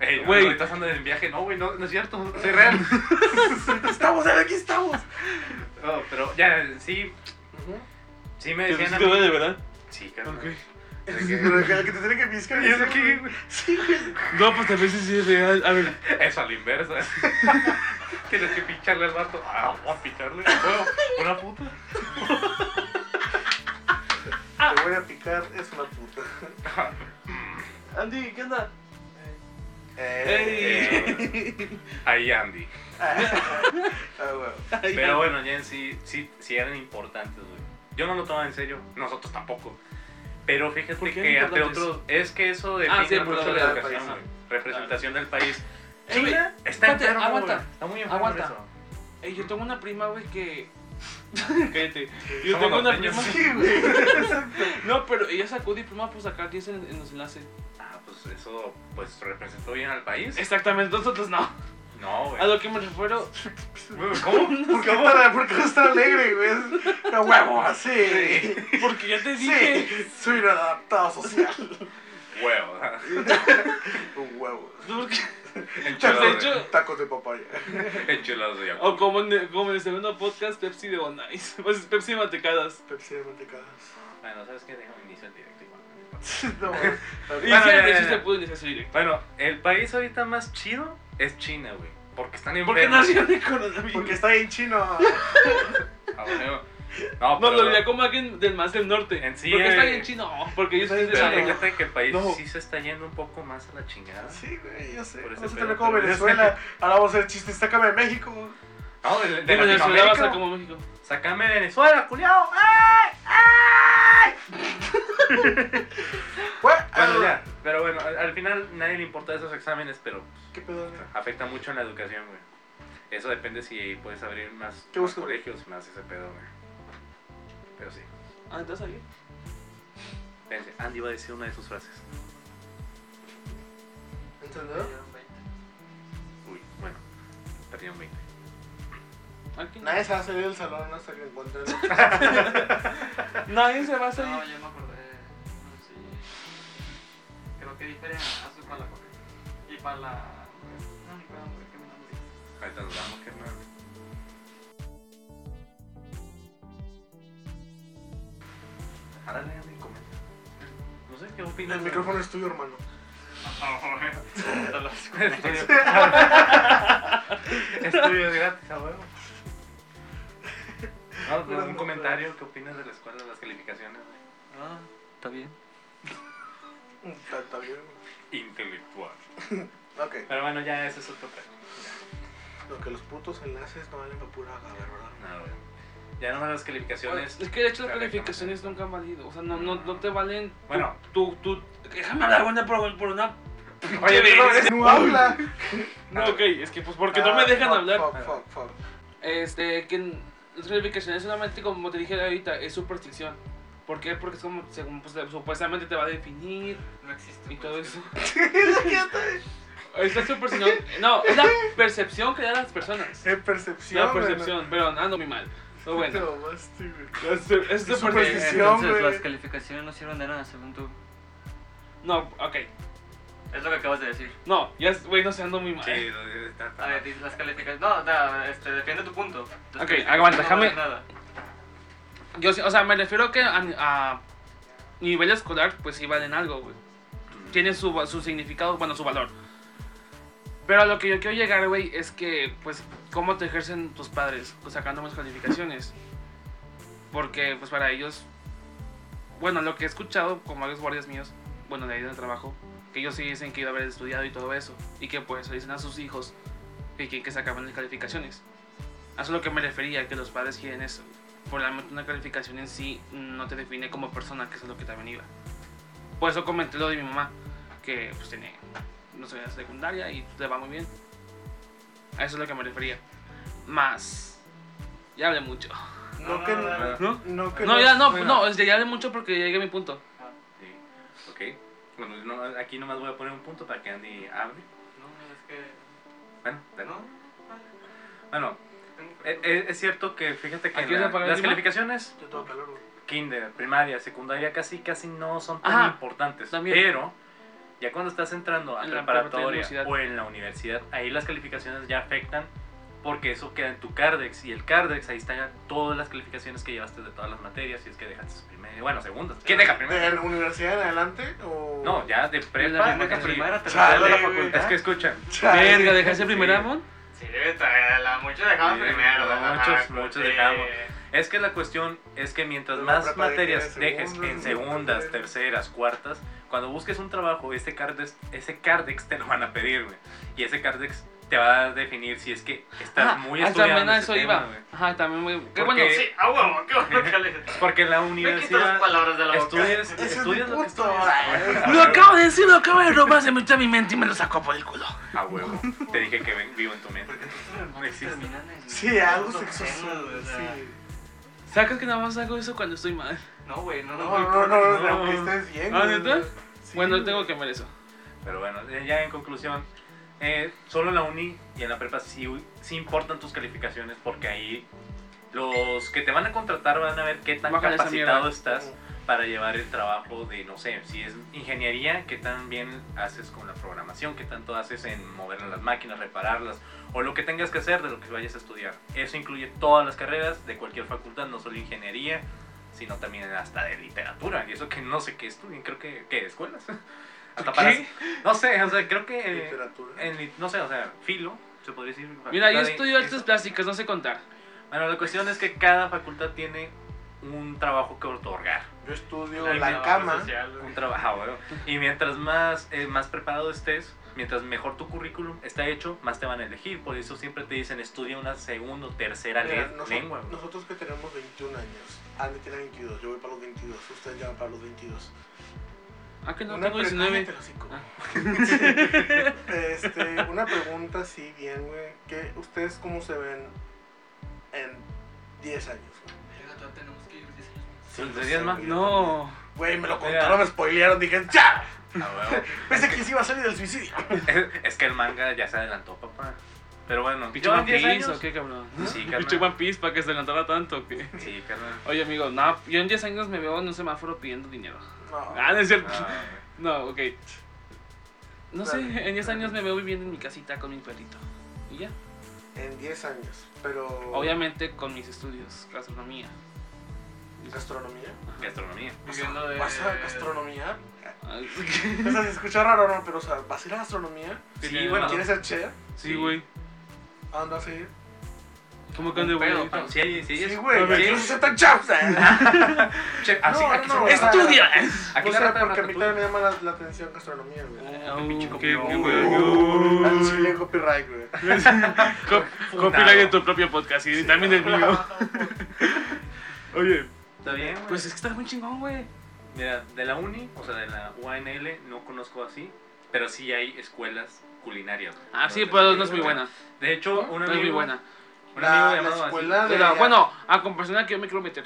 S5: Ey,
S3: Güey.
S5: ahorita estás andando en viaje. No, güey, no, no es cierto. Soy real.
S4: ¡Estamos, Dave, aquí estamos!
S5: No, pero ya, sí. Sí me
S3: Pero sí
S5: decían a
S3: te voy
S5: mí.
S3: de verdad.
S5: Sí, carnal.
S3: Ok.
S5: ¿De qué?
S4: Pero que que te tiene que piscar.
S5: ¿Y eso qué, güey?
S4: Sí, güey.
S3: No, pues a veces sí es real. A ver.
S5: Es a la inversa. Tienes que picharle al vato. Ah, voy a picharle. Bueno, una puta. Ah.
S4: Te voy a picar, es una puta.
S3: Andy, ¿qué onda?
S4: Eh.
S3: ¡Ey!
S5: Ahí Andy.
S4: Ah, bueno.
S5: Pero bueno, ya en sí, sí, sí eran importantes, güey. Yo no lo tomaba en serio, nosotros tampoco. Pero
S3: ¿Por
S5: fíjate
S3: qué
S5: que
S3: eran
S5: ante
S3: importantes?
S5: otros. Es que eso define
S3: Ah, sí, por la
S5: mucho la
S3: verdad,
S5: educación,
S4: país,
S5: güey. representación del país.
S3: Ey, güey,
S5: China está
S3: espérate,
S5: enfermo,
S3: aguanta,
S5: güey. Está muy enfermo
S3: aguanta.
S5: eso.
S3: Ey, yo tengo una prima, güey, que. Cállate. Yo
S5: Somos
S3: tengo una
S5: norteños.
S3: prima.
S5: Sí,
S3: No, pero ella sacó diploma por sacar 10 en, en los enlaces.
S5: Ah, pues eso pues representó bien al país.
S3: Exactamente, nosotros no.
S5: No,
S3: A
S5: güey.
S3: lo que me refiero.
S5: Güey, ¿Cómo?
S4: ¿Por qué, para, ¿Por qué vas a estar alegre, güey? Es- A huevo, así.
S3: Porque ya te dije.
S4: Sí, soy un adaptado social.
S5: Huevo.
S4: Un huevo.
S3: Porque-
S5: Enchiladas
S3: de
S5: de-
S3: hecho- oh.
S4: Tacos de papaya.
S5: enchiladas de
S3: O
S5: Yakult.
S3: como en, el- como en el segundo podcast, Pepsi de Bon Ice. Pues Pepsi de Mantecadas.
S4: Pepsi de mantecadas.
S5: Bueno, ¿sabes qué? Déjame iniciar el directo igual.
S4: No,
S3: Y
S5: Bueno,
S3: siempre
S5: ya, ya,
S3: sí
S5: ya.
S3: se pudo iniciar su directo.
S5: Bueno, el país ahorita más chido es China, güey. Porque están
S3: Porque
S5: enfermos.
S3: nació de coronavirus.
S4: porque está bien chino.
S5: Ah, bueno.
S3: No,
S5: No, pero...
S3: lo diría como alguien del más del norte.
S5: En sí,
S3: porque está
S5: eh.
S3: bien chino. Porque yo soy de
S5: Pero
S4: Claro.
S5: fíjate que el país
S3: No.
S5: sí se está yendo un poco más a la chingada.
S4: Sí, güey, yo sé.
S5: Por ese
S4: Vamos a
S5: pedo,
S4: tener como
S5: pero-
S4: Venezuela. Ahora vamos a hacer chistes. Sácame de México.
S5: No, de, de
S3: De Venezuela
S5: Latinoamérica.
S3: vas a como México.
S5: Sácame de Venezuela, culiao. ¡Ay! ¡Ay!
S4: Güey,
S5: Bueno,
S4: ah,
S5: ya. Pero bueno, al, al final nadie le importa esos exámenes, pero
S4: ¿Qué pedo, güey?
S5: afecta mucho en la educación, güey. Eso depende si puedes abrir más,
S4: ¿Qué
S5: más
S4: buscas?
S5: colegios, más ese pedo, güey. Pero sí.
S3: Ah, ¿estás ahí?
S5: Fíjense, Andy va a decir una de sus frases.
S4: ¿Entendido?
S5: Uy, bueno. Perdieron 20.
S3: Aquí.
S4: Nadie se va a salir del salón hasta que encuentren.
S3: Nadie se va a salir.
S7: No, yo me acordé. no sé, Creo que diferente azul para la coca. Y para la. No, ni para güey, que me nombre.
S5: Ahorita nos vamos, carnal. Jálale, Andy, comenta. No sé qué opinas.
S4: El micrófono es tuyo, hermano.
S5: Estudio. Estudio gratis, a huevo. Ah, pues, ¿Un comentario? ¿Qué opinas de la escuela, de las calificaciones? güey?
S7: Ah, está bien.
S4: Mm, Está está bien.
S5: Intelectual.
S4: Ok.
S5: Pero bueno, ya ese es otro tema.
S4: Lo que los putos enlaces no valen para pura gaga, ¿verdad?
S5: No, güey. Ah, Ya no las calificaciones.
S3: Es que de hecho las calificaciones nunca han valido. O sea, no, no, no te valen.
S5: Bueno.
S3: Tú, tú. Déjame hablar una por, por una.
S5: Oye,
S3: ves?
S4: No habla.
S3: No, ok, es que pues porque no me dejan
S4: Ah, fuck,
S3: hablar.
S4: Fuck, fuck, fuck.
S3: Este, que n- las calificaciones solamente, como te dije ahorita, es superstición. ¿Por qué? Porque es como, según, pues, supuestamente te va a definir
S7: No existe.
S3: y
S7: pues,
S3: todo
S7: que-
S3: eso.
S4: Fíjate,
S3: Es la superstición, no, es la percepción que dan las personas.
S4: Es Eh, percepción.
S3: La percepción, pero ando muy mal. Pero
S4: güey, no.
S3: bueno,
S4: Te mamaste, güey.
S3: es, es
S4: Es
S7: Eh,
S3: superstición.
S4: superstición.
S7: Entonces,
S4: güey.
S7: las calificaciones no sirven de nada, según tú.
S3: No, ok,
S7: Es lo que acabas de decir.
S3: no, ya, es- güey, no sé, ando muy mal.
S5: Sí, está- está-
S7: A ver, dices las calificaciones. No, no, este, defiende tu punto. Las
S3: Ok,
S7: calificaciones
S3: aguanta,
S7: no
S3: déjame-
S7: valen nada.
S3: Yo, sí, o sea, me refiero que a, a nivel escolar, pues sí valen algo, güey. Tiene su, va- su significado, bueno, su valor. Pero a lo que yo quiero llegar, güey, es que, pues, cómo te ejercen tus padres pues, sacando más calificaciones. Porque, pues, para ellos, bueno, lo que he escuchado con varios guardias míos, bueno, de ahí del trabajo, que ellos sí dicen que iba a haber estudiado y todo eso. Y que, pues, le dicen a sus hijos que quieren que sacaban las calificaciones. A Eso es lo que me refería, que los padres quieren eso. Por realmente una calificación en sí no te define como persona, que eso es lo que también iba. Por eso comenté lo de mi mamá, que pues tiene, no sé, secundaria y le va muy bien. A eso es lo que me refería. Más, ya hablé mucho.
S4: No que
S5: no,
S4: no.
S3: ¿No?
S4: No que
S3: No, ya no,
S5: bueno.
S3: no, es que ya hablé mucho porque llegué a mi punto.
S5: Sí, ok. Bueno, no, aquí nomás voy a poner un punto para que Andy hable.
S7: No, es que.
S5: Bueno, dale.
S7: No.
S5: Bueno,
S7: tengo-
S5: e- e- es, cierto que fíjate que
S3: ¿Aquí vas a
S5: la-
S3: apagar el
S5: las
S3: clima?
S5: calificaciones,
S4: Yo tengo calor, güey.
S5: kinder, primaria, secundaria, casi casi no son tan
S3: Ajá,
S5: importantes.
S3: también.
S5: Pero ya cuando estás entrando a
S3: En la
S5: preparatoria
S3: universidad.
S5: o en la universidad, ahí las calificaciones ya afectan porque eso queda en tu cardex y el cardex ahí están ya todas las calificaciones que llevaste de todas las materias si es que dejaste primero, bueno, segundas. ¿Quién deja primero?
S4: ¿De la universidad en adelante o.?
S5: No, ya de
S3: En
S5: prepa.
S3: la
S7: Tengo que
S5: sí.
S4: Chale,
S7: primera, tercera de la
S4: güey.
S7: facultad.
S5: Es que escuchan,
S4: Chale.
S3: Verga, dejaste
S5: sí.
S3: primer amor.
S7: Sí, tra- la muchos dejaban
S5: Sí,
S7: primero. ¿verdad?
S5: muchos-
S7: Ajá,
S5: muchos
S7: sí.
S5: dejamos. Es que la cuestión es que mientras
S4: La
S5: más
S4: prepa de que
S5: materias
S4: de
S5: dejes
S4: segundas,
S5: en
S4: ¿no?
S5: segundas,
S4: Terceras.
S5: terceras, cuartas, cuando busques un trabajo, este cardex, ese cardex te lo van a pedir, güey. Y ese cardex te va a definir si es que estás
S3: Ah,
S5: muy
S3: ah,
S5: estudiado.
S3: también
S5: en
S3: a
S5: ese
S3: eso
S5: tema,
S3: iba.
S5: güey.
S3: Ajá, también muy. Qué
S5: Porque-
S3: bueno.
S7: Sí, a huevo, qué bueno que le
S5: Porque la
S7: Me quitas las
S5: universidad.
S7: palabras de la boca.
S5: Estudias,
S4: Ese es mi
S5: estudias lo que
S4: punto.
S5: estudias.
S4: Ah,
S3: Lo acabo de decir, lo acabo de robar, se metió a mi mente y me lo sacó por el culo.
S5: A Ah, huevo. Te dije que ven- vivo en tu mente.
S7: Porque tus
S5: No
S7: hermanos
S5: existe.
S7: terminan en.
S4: Sí, algo
S7: en
S4: sexoso,
S7: obscenos,
S4: güey,
S7: o sea,
S4: sí.
S3: ¿Sacas que nada más hago eso cuando estoy mal?
S7: No, güey, no,
S4: No,
S7: güey,
S4: no, no,
S7: porque-
S4: no, aunque estés bien.
S3: Ah,
S4: güey.
S3: ¿neta?
S4: Sí,
S3: Bueno,
S4: güey.
S3: tengo que ver eso.
S5: Pero bueno, eh, ya en conclusión, eh, solo en la uni y en la prepa sí, sí importan tus calificaciones porque ahí los que te van a contratar van a ver qué tan
S3: Bájale esa
S5: capacitado
S3: mierda.
S5: estás para llevar el trabajo de, no sé, si es ingeniería, qué tan bien haces con la programación, qué tanto haces en mover las máquinas, repararlas, o lo que tengas que hacer de lo que vayas a estudiar. Eso incluye todas las carreras de cualquier facultad, no solo ingeniería, sino también hasta de literatura. Y eso que no sé qué estudien, creo que, ¿qué? ¿Escuelas? Hasta para-
S3: ¿Qué?
S5: no sé, o sea, creo que. eh,
S4: Literatura.
S5: en li- no sé, o sea, filo, se podría decir.
S3: Mira, yo
S5: facultad de-
S3: estudio artes
S5: Ah, eso.
S3: plásticas, no sé contar.
S5: Bueno, la cuestión es que cada facultad tiene un trabajo que otorgar.
S4: Yo estudio
S7: Ay,
S4: la
S7: no, pues,
S4: cama.
S7: social, güey.
S5: Un trabajo, weón. Y mientras más, eh, más preparado estés, mientras mejor tu currículum está hecho, más te van a elegir. Por eso siempre te dicen estudia una segunda o tercera
S4: Mira,
S5: le-
S4: noso-
S5: lengua, güey.
S4: nosotros que tenemos 21 años, Andy tiene 22, yo voy para los 22, ustedes ya van para los 22.
S3: Ah, que no
S4: Una
S3: tengo
S4: pre-
S3: 19.
S4: Cállate el hocico. este, una pregunta así bien, güey. que ¿Ustedes cómo se ven en 10 años? güey?
S7: Verga, todavía tenemos que ir 10 años más.
S5: Sí, ¿de diez más?
S3: No.
S4: Güey, me lo
S5: Mira.
S4: contaron, me spoilearon, dije, ¡ya!
S5: Ah, huevo.
S4: Pensé que se iba a salir del suicidio.
S5: es que el manga ya se adelantó, papá. Pero bueno,
S3: ¿Pinche
S5: yo en
S3: One
S5: 10
S3: Piece o
S5: años-
S3: qué, cabrón?
S5: Sí,
S3: ¿Pinche
S5: carnal.
S3: One Piece para que se levantara tanto o qué?
S5: Sí, carnal.
S3: Oye, amigo, no, yo en 10 años me veo en un semáforo pidiendo dinero.
S4: No.
S3: Ah, no es cierto.
S5: Ah,
S3: No, ok. No sé,
S4: Dale.
S3: en 10 años me veo viviendo en mi casita con mi perrito. Y ya.
S4: En 10 años, pero.
S3: Oh. Obviamente con mis estudios, gastronomía.
S4: ¿Gastronomía?
S5: gastronomía.
S7: Viviendo de.
S4: ¿Vas a gastronomía?
S3: Ah,
S4: O sea, se escucha raro, ¿no? Pero, o sea, ¿vas a ir a gastronomía?
S5: Sí, bueno.
S4: ¿Quieres ser chef?
S3: Sí, güey.
S4: ¿A dónde vas a ir?
S3: ¿Cómo que ande,
S7: Un
S3: güey?
S7: pedo,
S3: ahorita?
S7: pan.
S5: Sí, hay- sí, hay-
S4: Sí, güey.
S5: sí,
S4: Yo quiero ser tan chef. o sea.
S5: Che, así,
S4: No,
S5: aquí
S4: no,
S5: se
S4: no,
S5: ve.
S4: o sea,
S3: ¡Estudia!
S5: Aquí
S4: O
S5: la
S4: sea,
S5: rata de
S4: porque a mí
S5: Ratatouille.
S4: también me llama la, la atención gastronomía, güey.
S3: Ah,
S5: pinche
S3: qué-
S5: copión,
S3: qué
S5: güey.
S3: güey.
S4: Al chile copyright, güey.
S3: Co- Copyright en tu propio podcast y también el mío. Oye,
S5: Está bien, güey.
S3: pues es que está muy chingón, güey.
S5: Mira, de la uni, o sea, de la UANL, no conozco así, pero sí hay escuelas culinarias. güey.
S3: Ah, sí,
S5: Entonces,
S3: pero no es
S5: eh,
S3: muy buena.
S5: De hecho, un
S3: No
S5: amigo,
S3: es muy buena.
S5: Un
S4: La,
S5: amigo
S4: la
S5: llamado
S4: escuela de.
S3: Pero
S4: allá-
S3: bueno, a comparación a la que yo me quiero meter.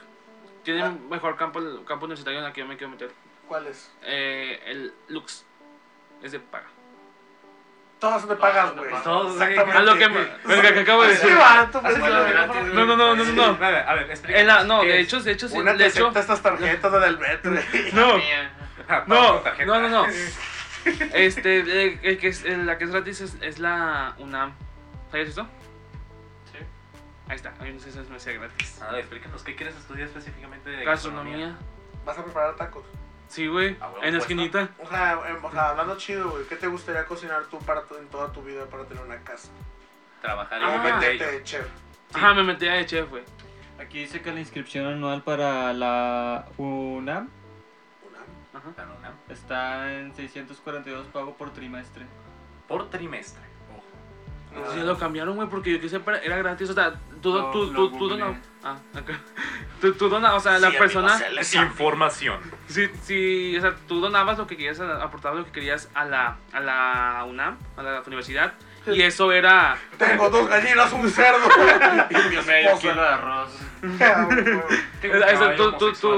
S3: Tiene
S4: Ah.
S3: mejor campo, campo universitario en la que yo me quiero meter.
S4: ¿Cuál es?
S3: Eh, el Lux. Es de paga.
S4: Todas son de
S7: Todas
S4: pagas,
S7: son de
S4: güey.
S7: pagas.
S5: Todos, güey.
S4: Exactamente.
S3: A lo que me. Verga, que acabo de
S4: Sí,
S3: decir.
S4: va,
S5: pues,
S4: tú
S7: Así
S4: puedes
S7: que
S4: hablar.
S7: lo gratis.
S3: No, no, no, no, no, no.
S5: A ver, a ver, explica.
S3: En la- no,
S5: ¿Qué
S3: de
S5: es?
S3: hecho, de hecho, sí.
S4: Una
S3: De
S4: te
S3: hecho,
S4: acepta estas tarjetas de del metro. güey.
S3: no,
S7: Mía.
S5: Ah, pago
S3: no,
S5: con tarjeta.
S3: no, no, no. Este, eh, el que es, el- la que es gratis es, es la UNAM. ¿Sabías esto?
S7: Sí.
S3: Ahí está, ahí no sé si eso me hacía gratis.
S5: A ver, explícanos, ¿qué quieres estudiar específicamente Ah, de
S3: Gastronomía.
S4: Vas a preparar tacos.
S3: Sí, güey.
S5: Ah,
S3: En
S5: huevo,
S3: la
S5: pues, ¿no?
S3: esquinita.
S4: O sea, em, o sea, hablando chido, güey. ¿Qué te gustaría cocinar tú para tu- en toda tu vida para tener una casa?
S5: Trabajar
S3: Ah,
S5: en
S4: Obviamente,
S5: ello.
S4: chef.
S3: Ajá, me metí de chef, güey.
S8: Aquí dice que la inscripción anual para la UNAM
S4: Una.
S3: Ajá.
S5: Claro, ¿no?
S8: está en 642 pago por trimestre.
S5: Por trimestre.
S3: Sí, lo cambiaron, güey, porque yo quise, pero era gratis. O sea, tú,
S8: Lo-
S3: tú,
S8: lo
S3: tú, tú
S8: googleé.
S3: dona. Ah, acá. Tú, tú dona, o sea, la
S4: Sí,
S3: persona.
S4: amigos, el-
S5: Información.
S3: Sí, sí, o sea, tú donabas lo que querías, a- aportabas lo que querías a la, a la UNAM, a la universidad, y eso era...
S4: Tengo dos gallinas, un cerdo. y mi
S7: Medio
S4: esposa.
S7: kilo de arroz.
S4: Ah, güey.
S3: o sea, tú, tú, tú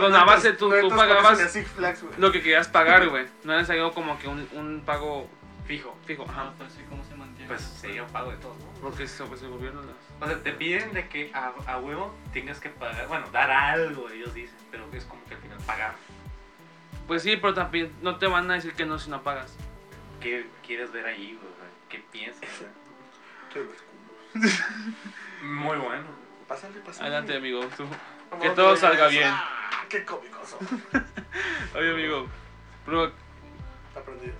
S3: donabas,
S4: Entonces,
S3: tú, tú
S4: entonces, ¿cuál es el de
S3: pagabas
S4: Six Flags, güey?
S3: lo que querías pagar, güey. No era algo como que un, un pago
S5: Fijo.
S3: fijo,
S8: Ah,
S3: ajá,
S8: pues sí, ¿cómo se mantiene?
S5: Pues sería un pago de todo, ¿no?
S3: porque eso pues el gobierno... las-
S5: O sea, te piden de que a, a huevo tengas que pagar, bueno, dar algo, ellos dicen, pero es como que al final pagar.
S3: Pues sí, pero también no te van a decir que no si no pagas.
S5: ¿Qué quieres ver ahí, güey? ¿Qué piensas?
S4: Qué vergüenza.
S5: Muy bueno.
S4: Pásale, pásale.
S3: Adelante, amigo, tú.
S4: Vamos,
S3: que
S4: vamos,
S3: todo
S4: vamos.
S3: salga bien.
S4: Ah, qué cómicoso.
S3: Oye, amigo, pero,
S4: Está prendido.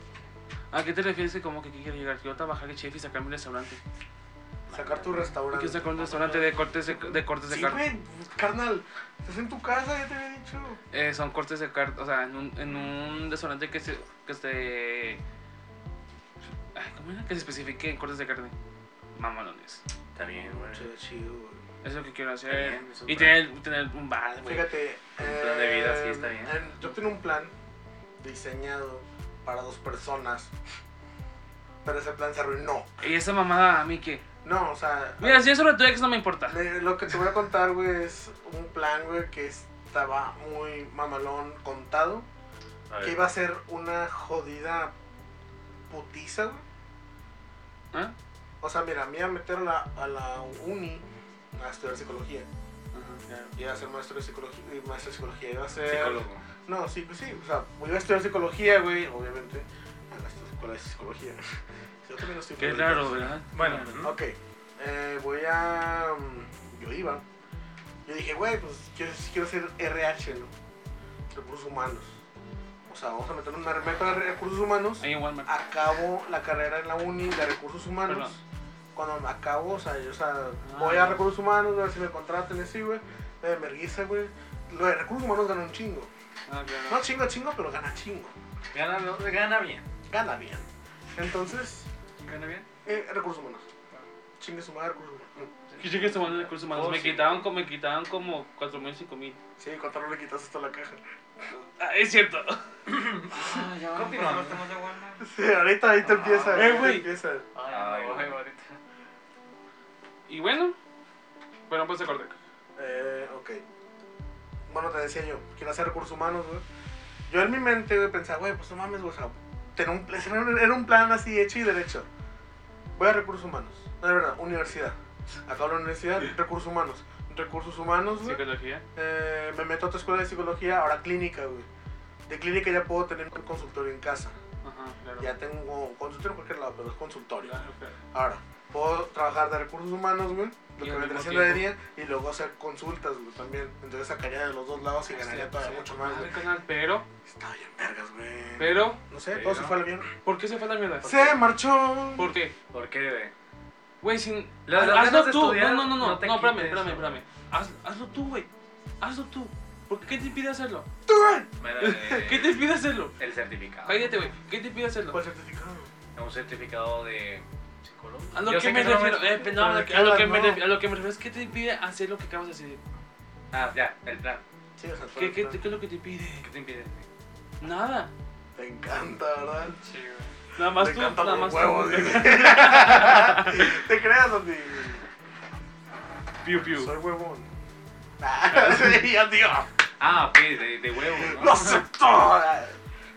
S3: ¿a qué te refieres que como que aquí quiero llegar? Quiero trabajar de chef y sacar mi restaurante.
S4: Sacar tu
S3: Quiero
S4: restaurante.
S3: sacar un restaurante de cortes de, de cortes de
S4: Sí,
S3: carne.
S4: güey, carnal. Estás en tu casa, ya te había dicho.
S3: Eh, son cortes de carta, o sea, en un, en un restaurante que se, que se, ah, Ay, ¿Cómo era que se especifique en cortes de carne? Mamalones.
S5: Está bien, güey.
S4: Chido, chido, güey.
S3: Es lo que quiero hacer.
S5: Está bien, es un
S3: y
S5: plan.
S3: tener, tener un bar, güey.
S4: Fíjate. eh,
S5: Un plan de vida, sí, está bien.
S4: en- yo tengo un plan diseñado para dos personas, pero ese plan se arruinó.
S3: Y esa mamada a mí que.
S4: No, o sea,
S3: Mira, si es sobre tu ex, no me importa.
S4: le- lo que te voy a contar, güey, es un plan, güey, que estaba muy mamalón contado,
S5: A
S4: que
S5: ver,
S4: iba a ser una jodida putiza, güey.
S3: ¿Ah?
S4: O sea, mira, me iba a meter a la, a la uni a estudiar psicología. Iba a ser maestro de psicología, maestro de psicología, iba a ser...
S5: psicólogo.
S4: No, sí, pues sí. O sea, yo iba a estudiar psicología, güey, obviamente. A la escuela de psicología. Yo también estoy
S3: Qué raro, ¿verdad?
S5: Bueno,
S4: Ok. Eh, voy a. mm, Yo iba. Yo dije, güey, pues quiero, quiero ser RH, ¿no? Recursos humanos. O sea, vamos a meter una remeta de recursos humanos.
S3: Ahí en Walmart.
S5: Ah.
S4: Acabo la carrera en la uni de recursos humanos.
S3: Perdón. Ah.
S4: Cuando acabo, o sea, yo, o sea, voy a recursos humanos, a ver si me contratan, y así, güey. Me merguiza, güey. Lo de recursos humanos ganó un chingo.
S3: Ah,
S4: No
S3: claro.
S4: chingo, chingo, pero gana chingo.
S5: Gana, gana bien.
S4: Gana bien. Entonces,
S5: Gana bien.
S4: eh, recursos humanos. Chingue su madre, recursos humanos.
S3: Yo llegué tomando el este curso, manos.
S5: Oh,
S3: Me
S5: sí.
S3: quitaban como, me quitaban como 4000, 5000.
S4: Sí, cuánto no le quitas hasta la caja.
S3: Ah, es cierto.
S7: Ah, ya vamos
S5: Continuando.
S7: a los temas de Walmart.
S4: Sí, ahorita ahí te empieza.
S7: Ah,
S4: ahí
S3: eh,
S4: te
S3: güey.
S4: empieza.
S7: Ay,
S5: Ay,
S7: no,
S5: güey.
S7: ay, ahorita.
S3: Y bueno, bueno, pues se acordé.
S4: Eh, ok. Bueno, te decía yo, quiero hacer recursos humanos, güey. Yo en mi mente, güey, pensaba, güey, pues no mames, güey, o sea, tener un, pl- era un- era un plan así hecho y derecho. Voy a recursos humanos. No, de verdad, universidad. Acabo la universidad, recursos humanos. Recursos humanos, güey.
S5: Pues,
S3: Psicología.
S4: Eh, me meto a otra escuela de psicología, ahora clínica, güey. De clínica ya puedo tener un consultorio en casa.
S3: Ajá, claro.
S4: Ya tengo un consultorio en cualquier lado, pero es consultorio.
S3: Claro, claro.
S4: Ahora, puedo trabajar de recursos humanos, güey. Lo
S3: Y
S4: que
S3: al
S4: vendría
S3: mismo
S4: siendo de día y luego hacer consultas, güey, también. Entonces sacaría de los dos lados y ganaría
S3: Sí,
S4: todavía
S3: Este, sí,
S4: mucho
S3: con
S4: más,
S3: madre,
S4: güey.
S3: canal, Pero,
S4: Está bien, vergas, güey.
S3: pero,
S4: no sé, todo
S5: pero-
S4: se fue al bien.
S3: ¿por qué se fue a la mierda?
S4: Se marchó.
S3: ¿Por qué?
S5: ¿Por qué, güey?
S3: Güey, sin.
S5: Las-
S3: haz-
S5: las ganas
S3: hazlo
S5: de
S3: tú.
S5: estudiar
S3: no, no, no, no.
S5: no te
S3: No, espérame,
S5: quiten eso,
S3: espérame, espérame. Haz- hazlo tú, güey. Hazlo tú. ¿Por qué, ¿Qué te impide hacerlo?
S5: Mira,
S3: ¿Qué te
S5: eh,
S3: impide hacerlo?
S5: El certificado.
S3: Cállate, güey. ¿Qué te impide hacerlo?
S4: ¿Cuál certificado?
S5: Un certificado de psicólogo.
S3: A lo
S5: Yo
S3: que
S5: sé
S3: Ah, me
S5: eso no
S3: refiero,
S5: es-
S3: eh, no, a lo que- a
S4: pero
S3: lo
S4: de
S3: que me
S4: cara,
S3: refiero- a lo que me refiero es que te impide hacer lo que acabas de decir.
S5: Ah, ya, el plan.
S4: Sí, o sea, todo
S3: ¿Qué,
S4: el
S3: qué,
S4: plan.
S3: qué es lo que te impide?
S5: ¿Qué te impide?
S3: Nada.
S4: Te encanta, ¿verdad?
S3: Nada más
S4: te
S3: tú,
S4: encanta
S3: nada
S4: los
S3: más
S4: huevos,
S3: tú.
S4: dice. Te creas, Andy.
S3: Piu, piu.
S4: Soy huevón. Ah, sí, Andy. ah,
S5: Ah, ok, de, de huevo.
S4: Lo
S5: ¿no?
S4: aceptó.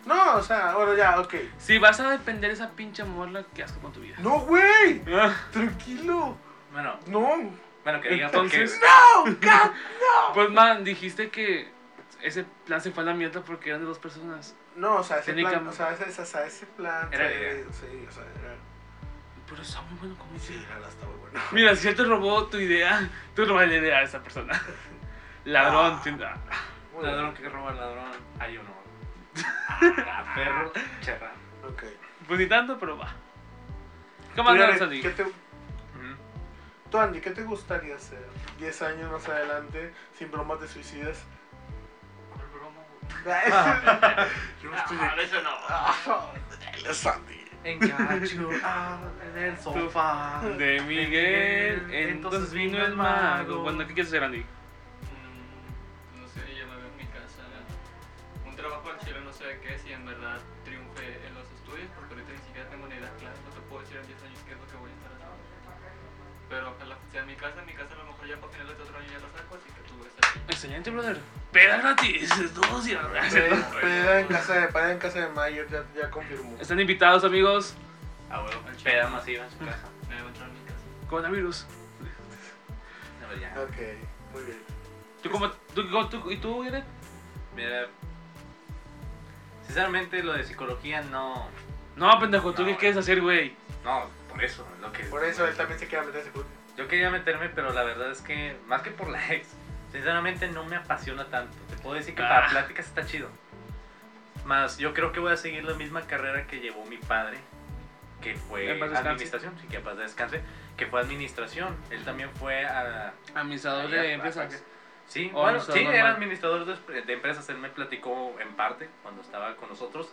S4: No, o sea, bueno, ya, ok.
S3: Si vas a depender de esa pinche morla, ¿qué haces con tu vida?
S4: No, güey.
S3: Ah,
S4: Tranquilo.
S5: Bueno,
S4: No.
S5: bueno, que digas por qué.
S3: Entonces,
S4: No, God, no.
S3: pues man, dijiste que ese plan se fue a la mierda porque eran de dos personas.
S4: No, o sea, ese
S3: Técnicamente.
S4: plan, o sea, ese, ese, o sea, ese plan.
S5: Era
S4: sí,
S5: la idea.
S4: Sí, o sea, era,
S3: Pero está muy bueno como
S4: sí,
S3: idea.
S4: la verdad está muy bueno.
S3: Mira, si él te robó tu idea, tú robas la idea a esa persona. Ladrón,
S4: Ah.
S3: sin- ah.
S4: Muy
S5: Ladrón que roba al ladrón, hay uno. Ah, perro, cherra.
S4: bueno. Ok.
S3: Pues ni tanto, pero va. ¿Cómo
S4: Tú,
S3: andas,
S4: Jared,
S3: Andy?
S4: ¿qué te, tú, Andy, ¿qué te gustaría hacer 10 años más adelante sin bromas de suicidas? Yo no estoy aquí.
S7: eso no.
S4: Ah, él es Andy.
S5: Engacho en el sofá.
S3: De Miguel, entonces vino el mago. Bueno, ¿qué quieres hacer, Andy?
S7: Mm, No sé, yo me veo en mi casa. Un trabajo al chile no sé de qué es y en verdad triunfe en los estudios porque ahorita ni siquiera tengo ni idea clara. No te puedo decir en 10 años qué es lo que voy a estar haciendo. Pero ojalá sea en mi casa, en mi casa a lo mejor ya para finales de otro año ya lo saco, así que tú ves aquí.
S3: Excelente, brother. Peda gratis, todos y
S4: Peda en casa de, peda en casa de Mayo, ya, ya confirmó.
S3: Están invitados, amigos.
S5: Ah, bueno, peda masiva en su casa.
S7: Me voy a entrar en mi casa.
S3: Coronavirus.
S5: No, pues ya.
S4: Ok, muy bien.
S3: ¿Tú cómo, tú, cómo- tú- ¿Y tú, Jared?
S5: Mira, sinceramente lo de psicología no.
S3: No, pendejo, ¿tú
S5: No,
S3: qué
S5: güey.
S3: quieres hacer, güey?
S5: No, por eso, lo que.
S4: Por eso él también se quiere meter ese club.
S5: Yo quería meterme, pero la verdad es que, más que por la ex, sinceramente no me apasiona tanto. Te puedo decir que
S3: Ah.
S5: para pláticas está chido. Más, yo creo que voy a seguir la misma carrera que llevó mi padre, que fue
S3: En paz descanse.
S5: administración, sí, que en paz descanse, que fue administración. Él también fue a...
S3: Administrador
S5: Ahí,
S3: de
S5: a-
S3: empresas.
S5: Sí,
S3: O
S5: bueno, sí,
S3: administrador
S5: era
S3: normal.
S5: administrador de, de empresas, él me platicó en parte cuando estaba con nosotros.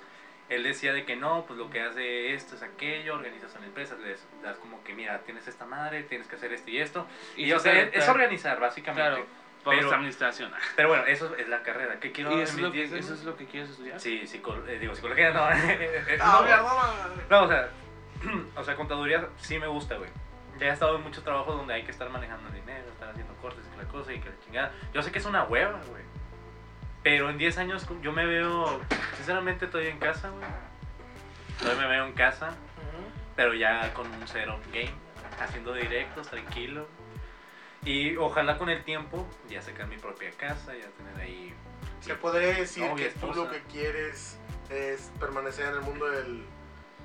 S5: él decía de que no, pues lo que hace esto es aquello, organizas a la empresa, les das como que mira, tienes esta madre, tienes que hacer esto y esto. Y, o
S3: se
S5: sea,
S3: sabe,
S5: es, es
S3: claro,
S5: organizar básicamente.
S3: Claro, por
S5: pero-
S3: esta administración.
S5: Pero bueno, eso es la carrera. ¿Qué quiero
S3: ¿Y
S5: en
S3: eso es,
S5: mis
S3: lo que,
S5: 10 años?
S3: eso es lo que quieres estudiar?
S5: Sí, psico- eh, digo, psicología no. eh,
S4: No,
S5: no,
S4: perdón.
S5: no, o sea, o sea, contaduría sí me gusta, güey. Ya he estado en muchos trabajos donde hay que estar manejando el dinero, estar haciendo cortes y la cosa y que la chingada. Yo sé que es una hueva, güey. Pero en 10 años yo me veo, sinceramente estoy en casa, güey. Todavía me veo en casa, pero ya con un cero game, haciendo directos, tranquilo. Y ojalá con el tiempo ya sacar mi propia casa, ya tener ahí...
S4: Se podría decir
S5: Novia,
S4: que tú
S5: esposa.
S4: lo que quieres es permanecer en el mundo del,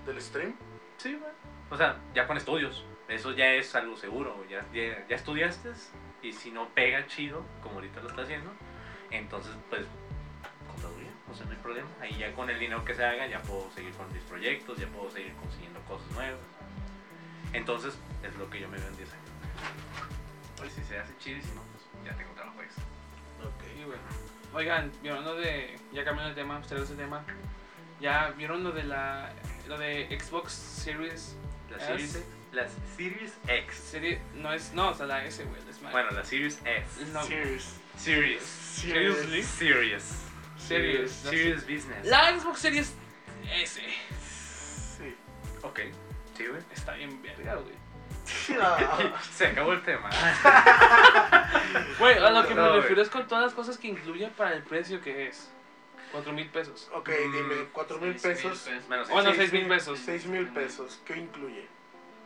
S4: del stream.
S5: Sí, güey. O sea, ya con estudios. Eso ya es algo seguro. güey. Ya, ya, ya estudiaste y si no pega chido, como ahorita lo está haciendo, entonces pues contaduría. O sea, no hay problema. Ahí ya con el dinero que se haga ya puedo seguir con mis proyectos, ya puedo seguir consiguiendo cosas nuevas. Entonces es lo que yo me veo en 10 años. Pues si se hace chido y si no, pues ya tengo trabajo extra.
S3: Sí, güey. Oigan, y hablando de. Ya cambiando de tema, ustedes ese tema. Ya vieron lo de la. Lo de Xbox Series.
S5: Las
S3: ¿Es?
S5: Series X. Las Series X.
S3: Serie, no es. No, o sea, la S, güey. la Smart.
S5: Bueno, las Series S.
S3: No,
S4: Serious.
S5: Series.
S4: Seriously.
S5: Series.
S3: Series.
S5: Serious business.
S3: La Xbox Series S.
S4: Sí.
S5: Ok, sí, güey.
S3: Está bien verga, güey.
S4: Ah,
S5: Se acabó el tema.
S3: Güey, a lo que
S5: No,
S3: me
S5: güey.
S3: refiero es con todas las cosas que incluye para el precio que es. Cuatro mil pesos.
S4: ok,
S5: Mm,
S4: dime, cuatro mil
S7: Seis
S4: pesos.
S5: Menos
S3: Bueno,
S4: seis
S3: seis mil
S4: mil-
S3: pesos.
S4: Seis mil pesos, ¿qué incluye?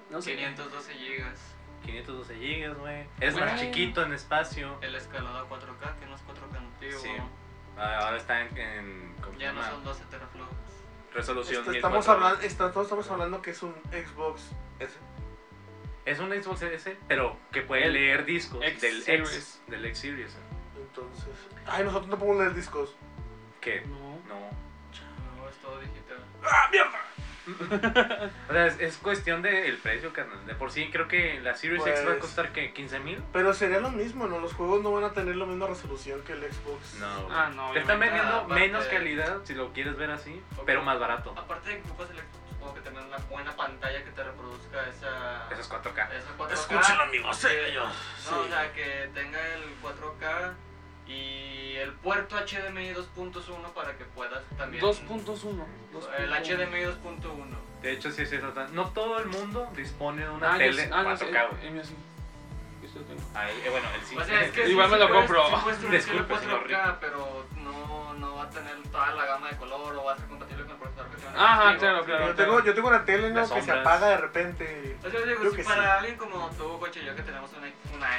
S3: No sé.
S7: 512 gigas.
S5: 512 gigas, güey. Es
S3: Güey.
S5: más chiquito en espacio.
S7: El escalado a 4K, que no es 4K antiguo.
S5: Sí. Ah, Ahora está en, en- ¿cómo se
S7: Ya no
S5: llama?
S7: son 12 teraflops.
S5: resolución
S4: Esto- estamos,
S5: 1004.
S4: hablando, está- todos estamos hablando que es un Xbox S.
S5: Es un Xbox S, pero que puede
S3: El
S5: leer discos
S3: X
S5: del
S3: Series.
S5: X, del X Series. eh,
S4: Entonces. Ay, nosotros no podemos leer discos.
S5: Que
S3: No.
S5: no.
S7: No, es todo digital.
S5: O sea, es, es cuestión del precio, carnal. De por sí, creo que la Series X va a
S4: Pues-
S5: costar que 15 mil.
S4: Pero sería lo mismo, ¿no? Los juegos no van a tener la misma resolución que el Xbox.
S5: No,
S3: Ah,
S5: güey.
S3: no,
S5: Te
S3: obviamente.
S5: están vendiendo
S7: Ah, aparte-
S5: menos calidad, si lo quieres ver así,
S7: Ok.
S5: pero más barato.
S7: Aparte de que ocupas el Xbox, supongo que tener una buena pantalla que te reproduzca esa.
S5: Eso es 4K.
S7: esa 4K.
S4: amigos,
S7: Eh, No, o sea, que tenga el 4K y el puerto HDMI 2.1 para que puedas también.
S3: 2.1.
S7: El
S3: 2.1.
S7: HDMI 2.1.
S5: De hecho, sí, sí, eso está- no todo el mundo dispone de una
S3: Ah, yo
S5: tele
S3: sí- ah, no, sí,
S5: 4K, güey.
S3: el mío sí. Yo sí lo tengo.
S5: Ahí, eh, bueno, el sí.
S7: O sea, es que. sí,
S3: Igual me
S7: sí
S3: lo
S7: puedes-
S3: compro.
S7: sí puedes tener
S5: Disculpe,
S7: el 4K,
S5: señor
S7: pero no, no va a tener toda la gama de color o va a ser compatible con el procesador que te van a
S3: Ajá,
S5: Ah,
S7: ofrecer.
S3: claro, claro.
S4: Yo tengo, yo tengo una tele ¿no?
S5: Las
S4: que se
S5: sombras.
S4: apaga de repente.
S7: O sea, digo,
S4: Creo
S7: si
S4: que
S7: para
S4: sí.
S7: alguien como tú, coche, yo que tenemos una, una,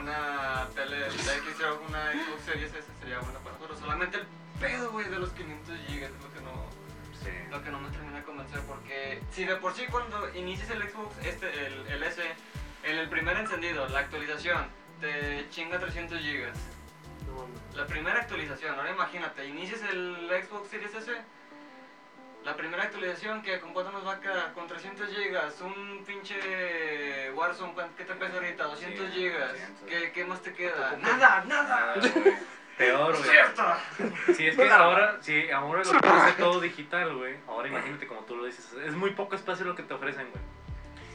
S7: una tele de X, una Xbox Series S sería buena para nosotros. Solamente el pedo, güey, de los 500 GB es lo que no,
S5: Sí.
S7: lo que no me termina de convencer. Porque si de por sí cuando inicias el Xbox, este, el, el S, en el primer encendido, la actualización, te chinga 300 GB.
S4: No, mames.
S7: La primera actualización, ahora imagínate, inicias el Xbox Series S. La primera actualización que con cuánto nos va a quedar, con 300 GB, un pinche Warzone, ¿cuán- ¿qué te pesa ahorita? 200
S5: Sí,
S7: GB.
S5: 200.
S7: ¿Qué, ¿Qué más te queda?
S4: Tampoco.
S7: Nada,
S5: Ah,
S7: nada.
S5: güey. Peor,
S7: ¡Es
S5: güey.
S7: cierto!
S5: Si es que ahora, si ahora lo pones todo digital, güey. Ahora imagínate como tú lo dices. Es muy poco espacio lo que te ofrecen, güey.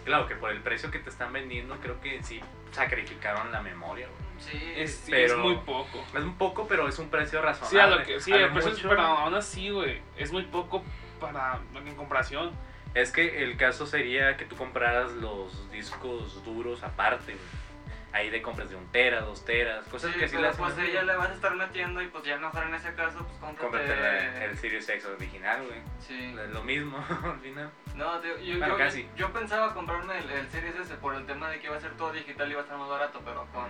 S5: Claro que por el precio que te están vendiendo, creo que sí sacrificaron la memoria, güey.
S7: Sí,
S3: Es, sí,
S5: Pero-
S3: es muy poco.
S5: Es un poco, pero es un precio razonable.
S3: Sí, a lo que, sí,
S5: A lo
S3: el precio es-
S5: mucho,
S3: pero aún así, güey, es muy poco para en comparación.
S5: Es que el caso sería que tú compraras los discos duros aparte, güey. Ahí de compras de un tera, dos teras, cosas
S7: sí,
S5: que sí
S7: pero
S5: las.
S7: pues ella le vas a estar metiendo y pues ya mejor en ese caso, pues cómprate.
S5: Cómprate la- el Sirius X original, güey.
S7: Sí.
S5: Es Lo mismo, al final.
S7: No, te- yo,
S5: Bueno,
S7: yo,
S5: casi.
S7: yo pensaba comprarme el, el Series S por el tema de que iba a ser todo digital y iba a estar más barato, pero con...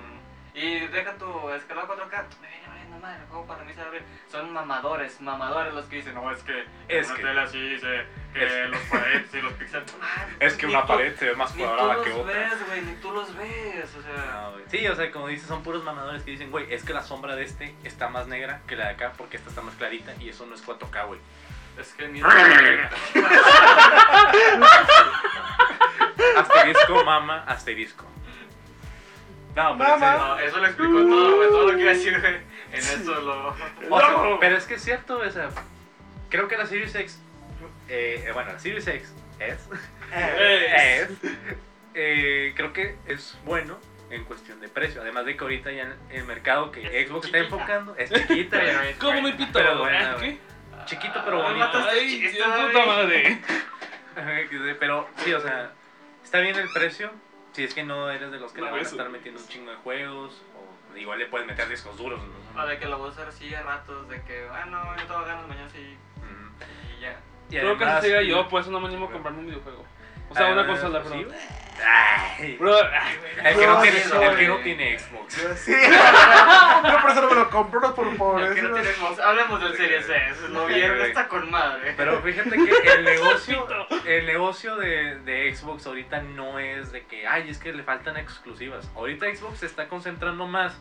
S7: Y deja tu escalado 4K, me viene valiendo madre, el juego para mí se abre. Son mamadores, mamadores los que dicen, no, es que
S5: Es
S7: una
S5: que-
S7: tele así, se, que
S5: es-
S7: los paredes y los píxeles... Ah, ni tú-
S5: se ve más
S7: Ni tú los ves, güey, ni tú los ves, o sea...
S5: No, güey. Sí, o sea, como dices, son puros mamadores que dicen, güey, es que la sombra de este está más negra que la de acá porque esta está más clarita y eso no es 4K, güey.
S7: Es que ni...
S5: Asterisco, mama, asterisco. No, pero en serio.
S7: No, eso lo explicó todo, güey, todo lo que iba a decir, güey. En eso lo...
S5: O sea, pero es que es cierto, o sea, creo que la Series X eh, eh, bueno, la Series X es,
S3: Es.
S5: es, eh, creo que es bueno en cuestión de precio. Además de que ahorita ya en el mercado que
S7: Es
S5: Xbox
S7: chiquita.
S5: está enfocando es chiquita.
S7: Pero
S5: güey.
S7: es
S3: Como mi
S7: buena.
S3: pito,
S5: Pero
S3: ¿eh?
S5: bueno,
S3: ¿Qué?
S5: Chiquito pero
S7: Ah,
S5: bonito.
S7: mataste el
S3: Ay,
S7: chiste,
S3: Dios,
S7: güey.
S3: puta madre.
S5: Pero sí, o sea, está bien el precio. Si es que no eres de los que
S9: No,
S5: le van a
S9: eso,
S5: estar
S9: güey,
S5: metiendo un
S9: eso.
S5: chingo de juegos, o igual le puedes meter discos duros. ¿no?
S7: O de que lo voy a usar así a ratos, de que, ah, no, yo te voy a ganar mañana sí,
S5: Ujú.
S7: y ya.
S5: Y
S3: Creo que
S5: además-
S3: así sería yo, por eso no me animo a comprarme un videojuego. O sea, una
S5: Además,
S3: consola,
S5: pues,
S3: pero.
S5: sí, Ay,
S3: Bro, ah, ay,
S5: el que no
S4: Yo
S5: tiene,
S4: soy-
S5: el que no tiene Xbox.
S4: Yo sí. Yo por eso no me lo compro, por
S7: Ya que
S4: pobreza.
S7: no tenemos, hablemos del Series S, lo vieron, está con madre.
S5: Pero fíjate que el negocio, el negocio de, de Xbox ahorita no es de que, ay, es que le faltan exclusivas. Ahorita Xbox se está concentrando más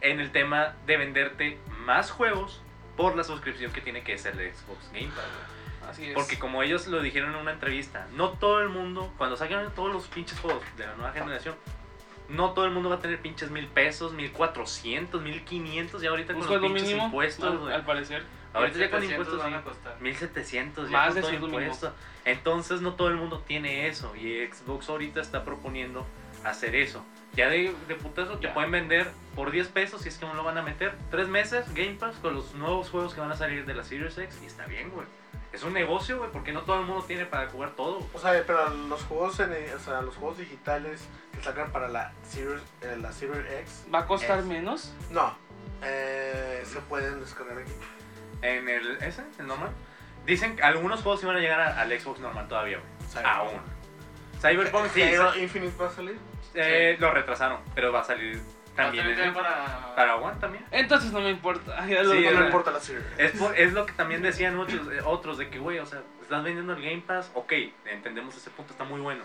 S5: en el tema de venderte más juegos por la suscripción que tiene que es el Xbox Game Pass. güey.
S3: así es.
S5: Porque como ellos lo dijeron en una entrevista, no todo el mundo, cuando salgan todos los pinches juegos de la nueva generación, no todo el mundo va a tener pinches mil pesos, mil cuatrocientos, mil quinientos, ya ahorita
S3: un
S5: con los
S3: sueldo
S5: pinches
S3: mínimo,
S5: impuestos,
S3: al,
S5: güey.
S3: al parecer.
S5: Ahorita ya con
S7: 700
S5: impuestos
S7: van
S5: sí.
S7: a costar.
S5: 1700 ya
S3: Más
S5: con
S3: de
S5: todo
S3: sueldo mínimo.
S5: impuesto. Entonces no todo el mundo tiene eso y Xbox ahorita está proponiendo hacer eso. Ya de, de putazo te
S3: Ya.
S5: pueden vender por 10 pesos si es que no lo van a meter. Tres meses Game Pass con los nuevos juegos que van a salir de la Series X y está bien, güey. Es un negocio, güey, porque no todo el mundo tiene para jugar todo. güey.
S4: O sea, pero los juegos, en, o sea, los juegos digitales que sacan para la Series, eh, la Series X,
S3: ¿Va a costar
S4: Es.
S3: menos?
S4: no, eh, se pueden descargar aquí.
S5: En el ese, el normal. Dicen que algunos juegos sí van a llegar a- al Xbox normal todavía, güey. Aún. Cyberpunk sí,
S4: Halo Infinite va a salir.
S5: eh, lo retrasaron, pero va a salir también.
S7: Bastante
S5: en-
S7: para...
S5: Para One también.
S3: Entonces no me importa. Ya lo
S5: Sí,
S4: no
S5: es
S4: me
S5: la-
S4: importa la Series.
S5: Es, por- es lo que también decían muchos eh, otros de que, güey, o sea, estás vendiendo el Game Pass, ok, entendemos ese punto, está muy bueno.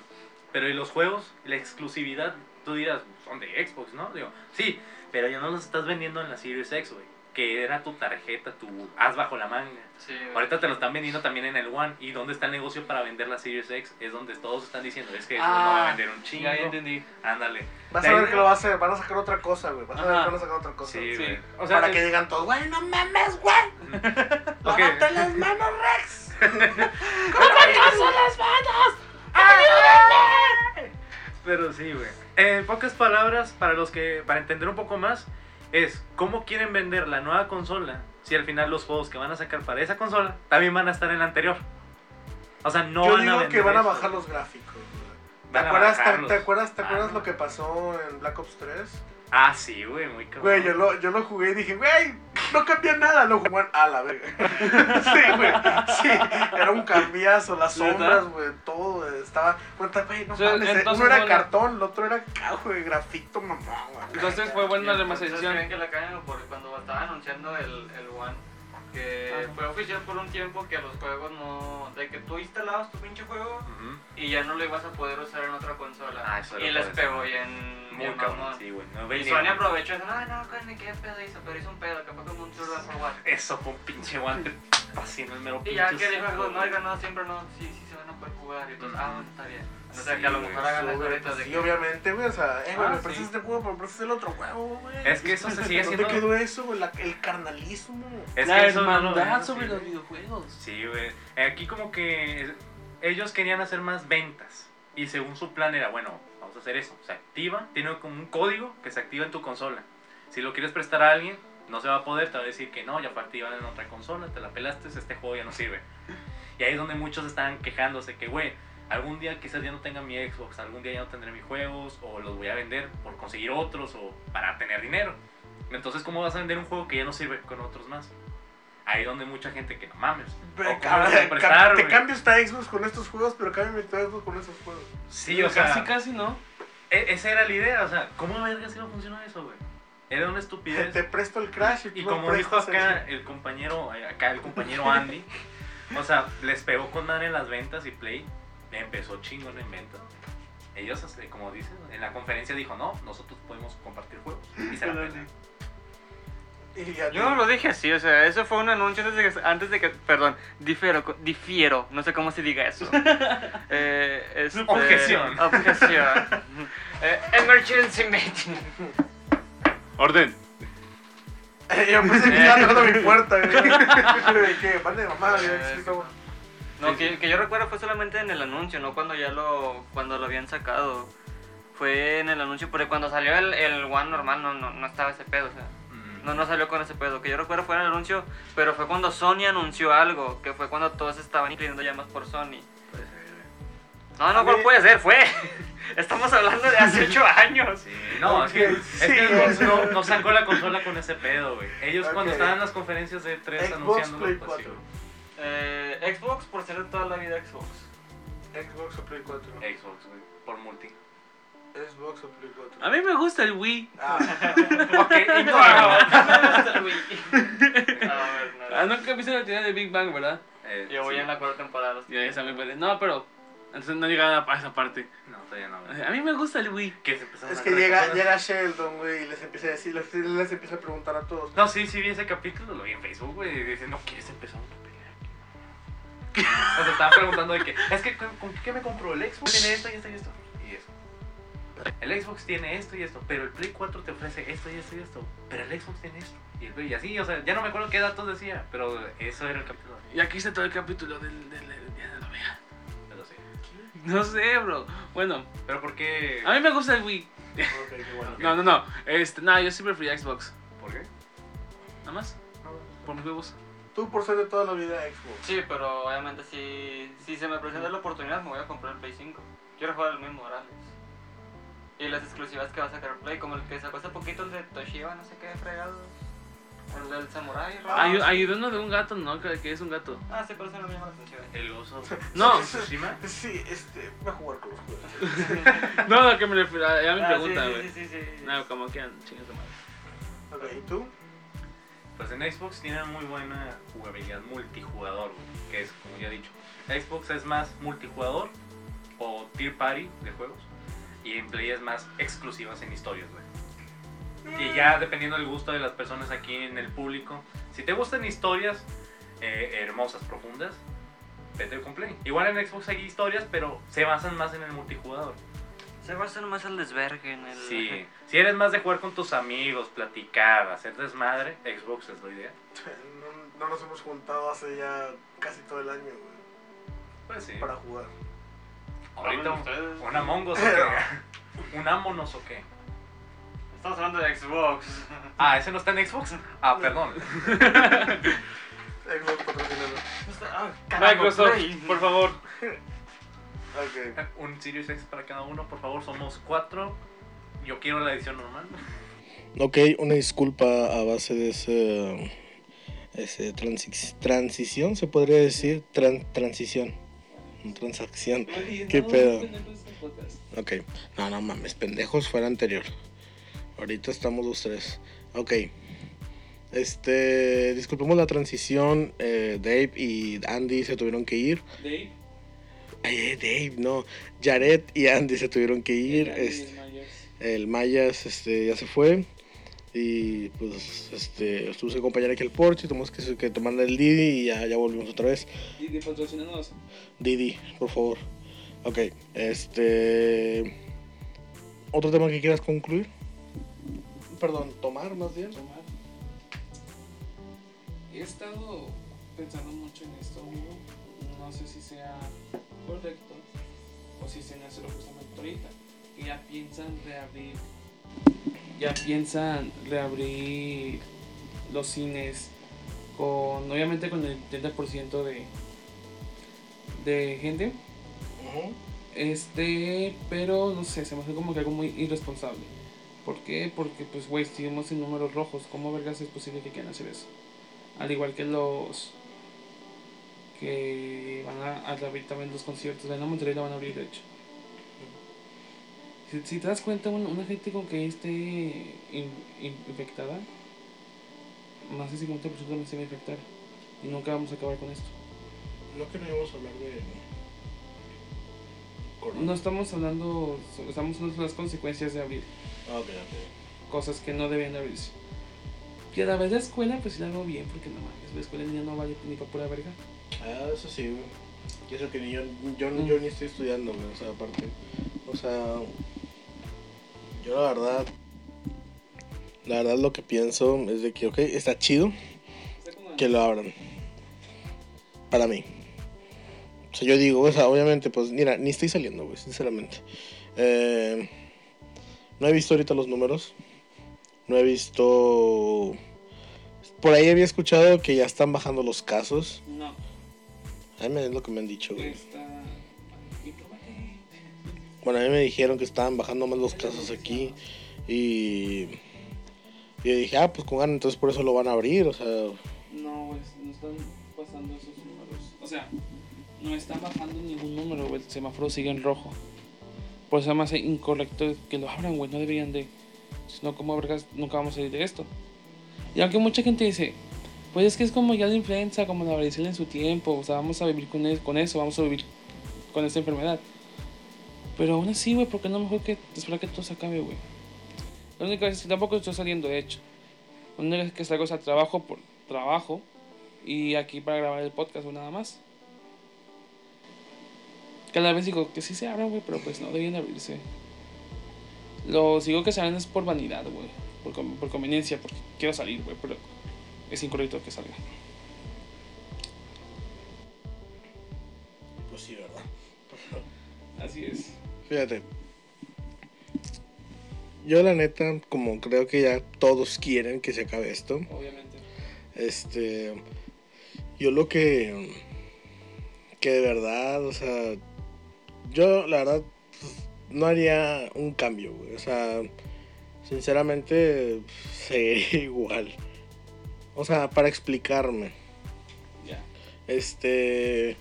S5: Pero ¿y los juegos? La exclusividad, tú dirás, son de Xbox, ¿no? Digo, sí, pero ya no los estás vendiendo en la Series X, güey, que era tu tarjeta, tu as bajo la manga.
S7: Sí, güey.
S5: Ahorita te lo están vendiendo también en el One. ¿Y dónde está el negocio para vender la Series X? Es donde todos están diciendo, es que
S3: Ah,
S5: no va a vender un
S3: Sí,
S5: chingo.
S3: ya entendí.
S5: Ándale.
S4: Vas a
S5: La
S4: ver
S5: idea-
S4: que lo va a hacer, van a sacar otra cosa, güey. Vas a ver
S3: Ajá.
S4: que van a sacar otra cosa.
S5: Sí,
S3: Sí.
S5: güey. O
S4: para
S5: es-
S4: que digan todos, güey, no mames, güey.
S5: ok.
S4: Lávate las manos, Rex.
S5: Ah. Pero sí, güey. En pocas palabras, para los que para entender un poco más, es cómo quieren vender la nueva consola si al final los juegos que van a sacar para esa consola también van a estar en la anterior. O sea, no
S4: Yo
S5: van a
S4: digo que
S5: vender
S4: van a
S5: eso.
S4: bajar los gráficos. güey. ¿Te
S5: Van a
S4: acuerdas, te,
S5: bajarlos.
S4: te acuerdas, te acuerdas
S5: Ah.
S4: lo que pasó en Black Ops 3?
S5: Ah, sí, güey, muy cabrón.
S4: Güey, yo lo, yo lo jugué y dije, güey, no cambia nada. Lo jugaron a la verga. sí, güey. Sí, era un cambiazo. Las
S3: ¿Neta?
S4: sombras, güey, todo. güey, Estaba. Cuenta, güey, no
S3: O sea,
S4: mames. eh,
S3: entonces
S4: Uno era
S3: fue la-
S4: cartón, el otro era, ah, güey, grafito, mamá, güey.
S3: Entonces fue buena la remasterización.
S7: creen que la cagan por cuando estaba anunciando el, el One, que
S3: Ah.
S7: fue oficial por un tiempo que los juegos no. de que tú instalabas tu pinche juego
S5: Ujú.
S7: y ya no lo ibas a poder usar en otra consola.
S5: Ah, eso
S7: y
S5: lo
S7: les
S5: puedes.
S7: pegó bien.
S5: Muy
S7: bien
S5: cabrón,
S7: mamón.
S5: sí, güey. No
S7: Y
S5: venía.
S7: Sony aprovechó eso, no, no, Sony, qué pedo hizo, pero hizo un pedo, que fue como un churro por One.
S5: Eso fue un pinche guante haciendo el mero
S7: Y ya
S5: pinche
S7: que dijo,
S5: saco,
S7: no,
S5: güey.
S7: oiga, no, siempre no, sí, sí se van a poder jugar, y entonces, ah, bueno, está bien. O sea,
S5: Sí,
S7: que a lo
S5: güey.
S7: mejor hagan eso
S4: Sí,
S7: ahorita de
S4: sí,
S7: que-
S4: obviamente, güey, o sea, eh, güey,
S3: Ah,
S4: me prestas
S3: sí.
S4: este juego, pero me prestas el otro juego, güey.
S5: Es que eso se sigue
S4: ¿Dónde
S5: haciendo.
S4: quedó eso, güey? La- el carnalismo.
S5: Es
S3: la
S5: eso no lo
S3: hermandad
S5: ven,
S3: sobre
S5: sí,
S3: los
S5: güey.
S3: videojuegos.
S5: Sí, güey. Aquí como que ellos querían hacer más ventas. Y según su plan era, bueno, vamos a hacer eso. Se activa, tiene como un código que se activa en tu consola. Si lo quieres prestar a alguien, no se va a poder, te va a decir que no, ya fue activada en otra consola, te la pelaste, este juego ya no sirve. Y ahí es donde muchos estaban quejándose que, güey, algún día quizás ya no tenga mi Xbox, algún día ya no tendré mis juegos, o los voy a vender por conseguir otros, o para tener dinero. Entonces, ¿cómo vas a vender un juego que ya no sirve con otros más? Ahí es donde mucha gente que no mames. ¿o
S4: Pero,
S5: cómo
S4: cabrón,
S5: vas a prestar,
S4: te
S5: güey?
S4: cambio esta Xbox con estos juegos, pero cámbiame tu Xbox con esos juegos.
S5: Sí, o sea,
S3: casi, casi no.
S5: e- esa era la idea, o sea, ¿cómo vergas iba a funcionar eso, güey? Era una estupidez.
S4: Te presto el Crash y tú
S5: Y
S4: me
S5: como dijo
S4: prestas el-
S5: acá el compañero, eh, acá el compañero Andy, o sea, les pegó con madre en las ventas y Play empezó chingón en ventas. Ellos, este, como dicen, en la conferencia dijo, no, nosotros podemos compartir juegos. Y se la pelan.
S4: Y ya
S9: Yo no
S4: te-
S9: lo dije así, o sea, eso fue un anuncio antes de que, antes de que perdón, difiero, co- difiero, no sé cómo se diga eso. Eh, este-
S5: Objeción.
S9: Objeción. Eh, emergency meeting.
S10: Orden.
S4: Yo pensé que estaba tocando mi puerta, güey. ¿Qué? Vale, mamá,
S7: Eh,
S4: güey. sí,
S7: ¿qué
S4: como-
S7: pasa? No, que, que yo recuerdo fue solamente en el anuncio, no cuando ya lo, cuando lo habían sacado. Fue en el anuncio, porque cuando salió el, el One normal no, no, no estaba ese pedo, o sea.
S5: Mm.
S7: No, no salió con ese pedo. Que yo recuerdo fue en el anuncio, pero fue cuando Sony anunció algo, que fue cuando todos estaban inclinando ya más por Sony. No, no, ¿cuál puede ser? Fue. Estamos hablando de hace 8 años.
S5: No, es que,
S4: Ok,
S5: es que
S4: sí.
S5: Xbox no, no sacó la consola con ese pedo, güey. Ellos cuando
S4: Ok.
S5: estaban en las conferencias de 3
S4: Xbox
S5: anunciando pues,
S4: Play
S5: la
S4: 4.
S5: pasión.
S7: Eh, Xbox por ser toda la vida Xbox.
S4: Xbox o Play 4.
S5: Xbox, güey, por multi.
S4: Xbox o Play 4.
S11: A mí me gusta el Wii.
S4: Ah,
S5: Ok,
S11: Ah, nunca viste la teoría de Big Bang, ¿verdad?
S5: Eh,
S7: Yo voy en la cuarta temporada. los-
S11: Ya, esa me parece. No, pero. Entonces no llegaba a esa parte.
S5: No, todavía no, güey.
S11: A mí me gusta el Wii.
S5: Que se empezaron
S4: es
S5: a
S4: que
S5: agarrar
S4: llega,
S5: personas.
S4: llega Sheldon, güey, y les empieza a decir, les, les empieza a preguntar a todos.
S5: No, sí, sí vi ese capítulo, lo vi en Facebook, güey, y dice, no quieres empezar una pelea. O sea, estaban preguntando de que, es que, ¿con, con qué me compro? El Xbox tiene esto y esto y esto. Y eso. El Xbox tiene esto y esto, pero el Play 4 te ofrece esto y esto y esto. Pero el Xbox tiene esto. Y, el Play, y así, o sea, ya no me acuerdo qué datos decía, pero eso era el capítulo.
S11: Y aquí está todo el capítulo del. del, del- ya no lo vea.
S5: Pero sí.
S11: No sé, bro. Bueno,
S5: Pero ¿por qué?
S11: a mí me gusta el Wii.
S4: Ok, qué bueno.
S11: No, no, no. Este, nada, yo siempre fui a Xbox.
S5: ¿Por qué?
S11: Nada más. Por mis huevos.
S4: Tú por ser de toda la vida Xbox.
S7: Sí, pero obviamente si, si se me presenta la oportunidad me voy a comprar el Play 5. Quiero jugar el mismo Morales. Y las exclusivas que va a sacar Play, como el que sacó hace poquito el de Toshiba, no sé qué fregado. El del Samurai. ¿no?
S11: Ay, ayudó uno de un gato, ¿no? Que que es un gato.
S7: Ah, sí, pero eso no me llama la atención.
S5: El oso.
S11: No,
S5: ¿Encima?
S4: Sí, este, voy a jugar con los juegos.
S11: no, lo que me refiero. Ya me
S7: Ah,
S11: pregunta, güey.
S7: sí, sí, sí, sí, sí.
S11: No, como quieran, chingas de madre.
S4: Ok, ¿y tú?
S5: Pues en Xbox tiene muy buena jugabilidad multijugador, güey, que es como ya he dicho. Xbox es más multijugador o tier party de juegos y en Play es más exclusivas en historias, güey. Y ya dependiendo del gusto de las personas aquí en el público, si te gustan historias eh, hermosas, profundas, vete con Play. Igual en Xbox hay historias, pero se basan más en el multijugador.
S7: Se va a hacer más el desvergue en el.
S5: Sí. Si eres más de jugar con tus amigos, platicar, hacer desmadre, Xbox es la idea.
S4: No, no nos hemos juntado hace ya casi todo el año, güey,
S5: Pues sí.
S4: para jugar.
S5: Ahorita
S12: Hablen ustedes.
S5: un Among Us o qué? ¿Un Amonos o qué?
S12: Estamos hablando de Xbox.
S5: Ah, ese no está en Xbox. Ah, perdón.
S4: Xbox patrocinado.
S7: Ah, carajo, Play.
S11: Microsoft, por favor.
S4: Ok.
S5: Un Sirius X para cada uno, por favor. Somos cuatro. Yo quiero la edición normal.
S13: Ok, una disculpa a base de ese, ese transi- transición, se podría decir, Tran- transición, transacción. ¿Qué pedo? Ok, no, no mames, pendejos fue el anterior. Ahorita estamos los tres. Ok, este, disculpemos la transición, eh, Dave y Andy se tuvieron que ir.
S11: Dave,
S13: Ay, eh, Dave, no, Jared y Andy se tuvieron que ir. este, el Mayas este, ya se fue. Y pues este, estuve su compañero aquí al porche. Tuvimos que, que tomar el Didi y ya, ya volvimos otra vez.
S11: Y de patrocinados.
S13: Didi, por favor. Ok, este. ¿Otro tema que quieras concluir? Perdón, tomar más bien.
S3: tomar. He estado pensando mucho en esto, amigo. No sé si sea correcto o si se me hace lo justamente ahorita. Que ya piensan reabrir. Ya piensan reabrir los cines con. Obviamente con el 30% de. de gente. Este, pero no sé, se me hace como que algo muy irresponsable. ¿Por qué? Porque, pues, güey, seguimos en números rojos. ¿Cómo vergas es posible que quieran hacer eso? Al igual que los que van a, a abrir también los conciertos. En Monterrey la van a abrir, de hecho. Si, si te das cuenta, un- una gente con que esté in- in- infectada, más del 50% también se va a infectar. Y nunca vamos a acabar con esto.
S13: No que no íbamos a hablar de.
S3: No estamos hablando, so- estamos hablando de las consecuencias de abrir. Cosas que no deben de abrirse. Que a la vez la escuela, pues sí la hago bien, porque no mames, la escuela ya no vale ni para pura verga.
S13: Ah, eso sí, güey. Y eso que ni yo, yo, yo ni estoy estudiando, güey. O sea, aparte. O sea. Yo la verdad. La verdad lo que pienso es de que, ok, está chido que lo abran. Para mí. O sea, yo digo, o sea, obviamente, pues mira, ni estoy saliendo, güey, sinceramente. Eh, no he visto ahorita los números. No he visto... Por ahí había escuchado que ya están bajando los casos.
S3: No.
S13: A mí me- es lo que me han dicho, güey.
S3: Está. Infórmate.
S13: Bueno, a mí me dijeron que estaban bajando más los casos aquí. Y... y yo dije, ah, pues con ganas, entonces por eso lo van a abrir, o sea...
S3: No, güey, no están pasando esos números. O sea, no están bajando ningún número, güey. El semáforo sigue en rojo. Por eso me hace incorrecto que lo abran, güey. No deberían de. Si no, como vergas, nunca vamos a salir de esto. Y aunque mucha gente dice, pues es que es como ya la influenza, como la varicela en su tiempo. O sea, vamos a vivir con, es- con eso, vamos a vivir con esta enfermedad. Pero aún así, güey, porque no mejor que esperar que todo se acabe, güey. La única vez que tampoco estoy saliendo, de hecho. La única vez que salgo es a trabajo por trabajo y aquí para grabar el podcast o nada más. Cada vez digo que sí se abran, güey, pero pues no debían abrirse. Lo digo que se abran es por vanidad, güey. Por, con- por conveniencia, porque quiero salir, güey, pero es incorrecto que salga.
S13: Pues sí, ¿verdad?
S3: Así es.
S13: Fíjate. Yo la neta, como creo que ya todos quieren que se acabe esto.
S3: Obviamente.
S13: Este. Yo lo que. Que de verdad, o sea. Yo, la verdad, pues, no haría un cambio, güey. O sea, sinceramente, seguiría igual. O sea, para explicarme.
S3: Ya.
S13: Este.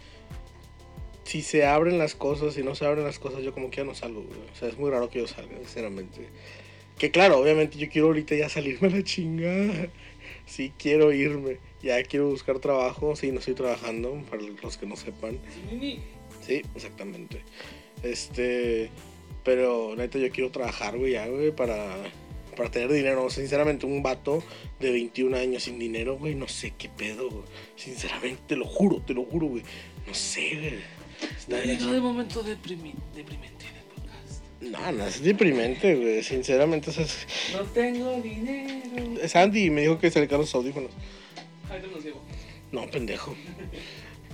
S13: Si se abren las cosas, si no se abren las cosas, yo como que ya no salgo, güey. O sea, es muy raro que yo salga, sinceramente. Que claro, obviamente yo quiero ahorita ya salirme a la chingada. Sí, quiero irme. Ya quiero buscar trabajo. Sí, no estoy trabajando, para los que no sepan. Sí, exactamente. Este. Pero neta, yo quiero trabajar, güey, ya, güey, para, para tener dinero. O sea, sinceramente, un vato de 21 años sin dinero, güey, no sé qué pedo. güey. Sinceramente, te lo juro, te lo juro, güey. No sé, güey. Está de la
S3: Todo el momento deprimi- deprimente.
S13: No, no, es deprimente, güey. Sinceramente, o sea, es-
S3: No tengo dinero.
S13: es Andy y me dijo que se le caen los audífonos.
S3: Ahí te los llevo.
S13: No, pendejo.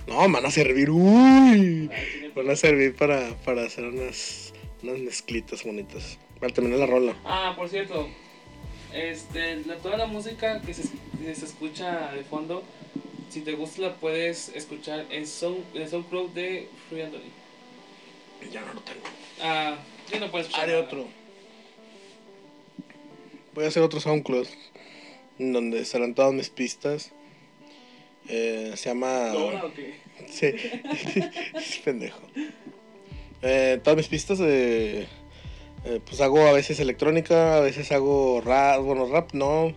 S13: No, me van a servir, uy. Van a servir para, para hacer unas, unas mezclitas bonitas. Para terminar la rola.
S3: Ah, por cierto, este, la- toda la música que se, que se escucha de fondo, si te gusta la puedes escuchar en Sound, en SoundCloud de Free Anthony.
S13: Ya no lo tengo.
S3: Ah, yo no puedes escuchar.
S13: Haré
S3: nada.
S13: otro. Voy a hacer otro SoundCloud. en Donde estarán todas mis pistas. Eh, se llama...
S3: ¿Ahora o qué?
S13: Sí. Es pendejo. Eh, todas mis pistas, eh, eh, pues hago a veces electrónica, a veces hago rap, bueno, rap no,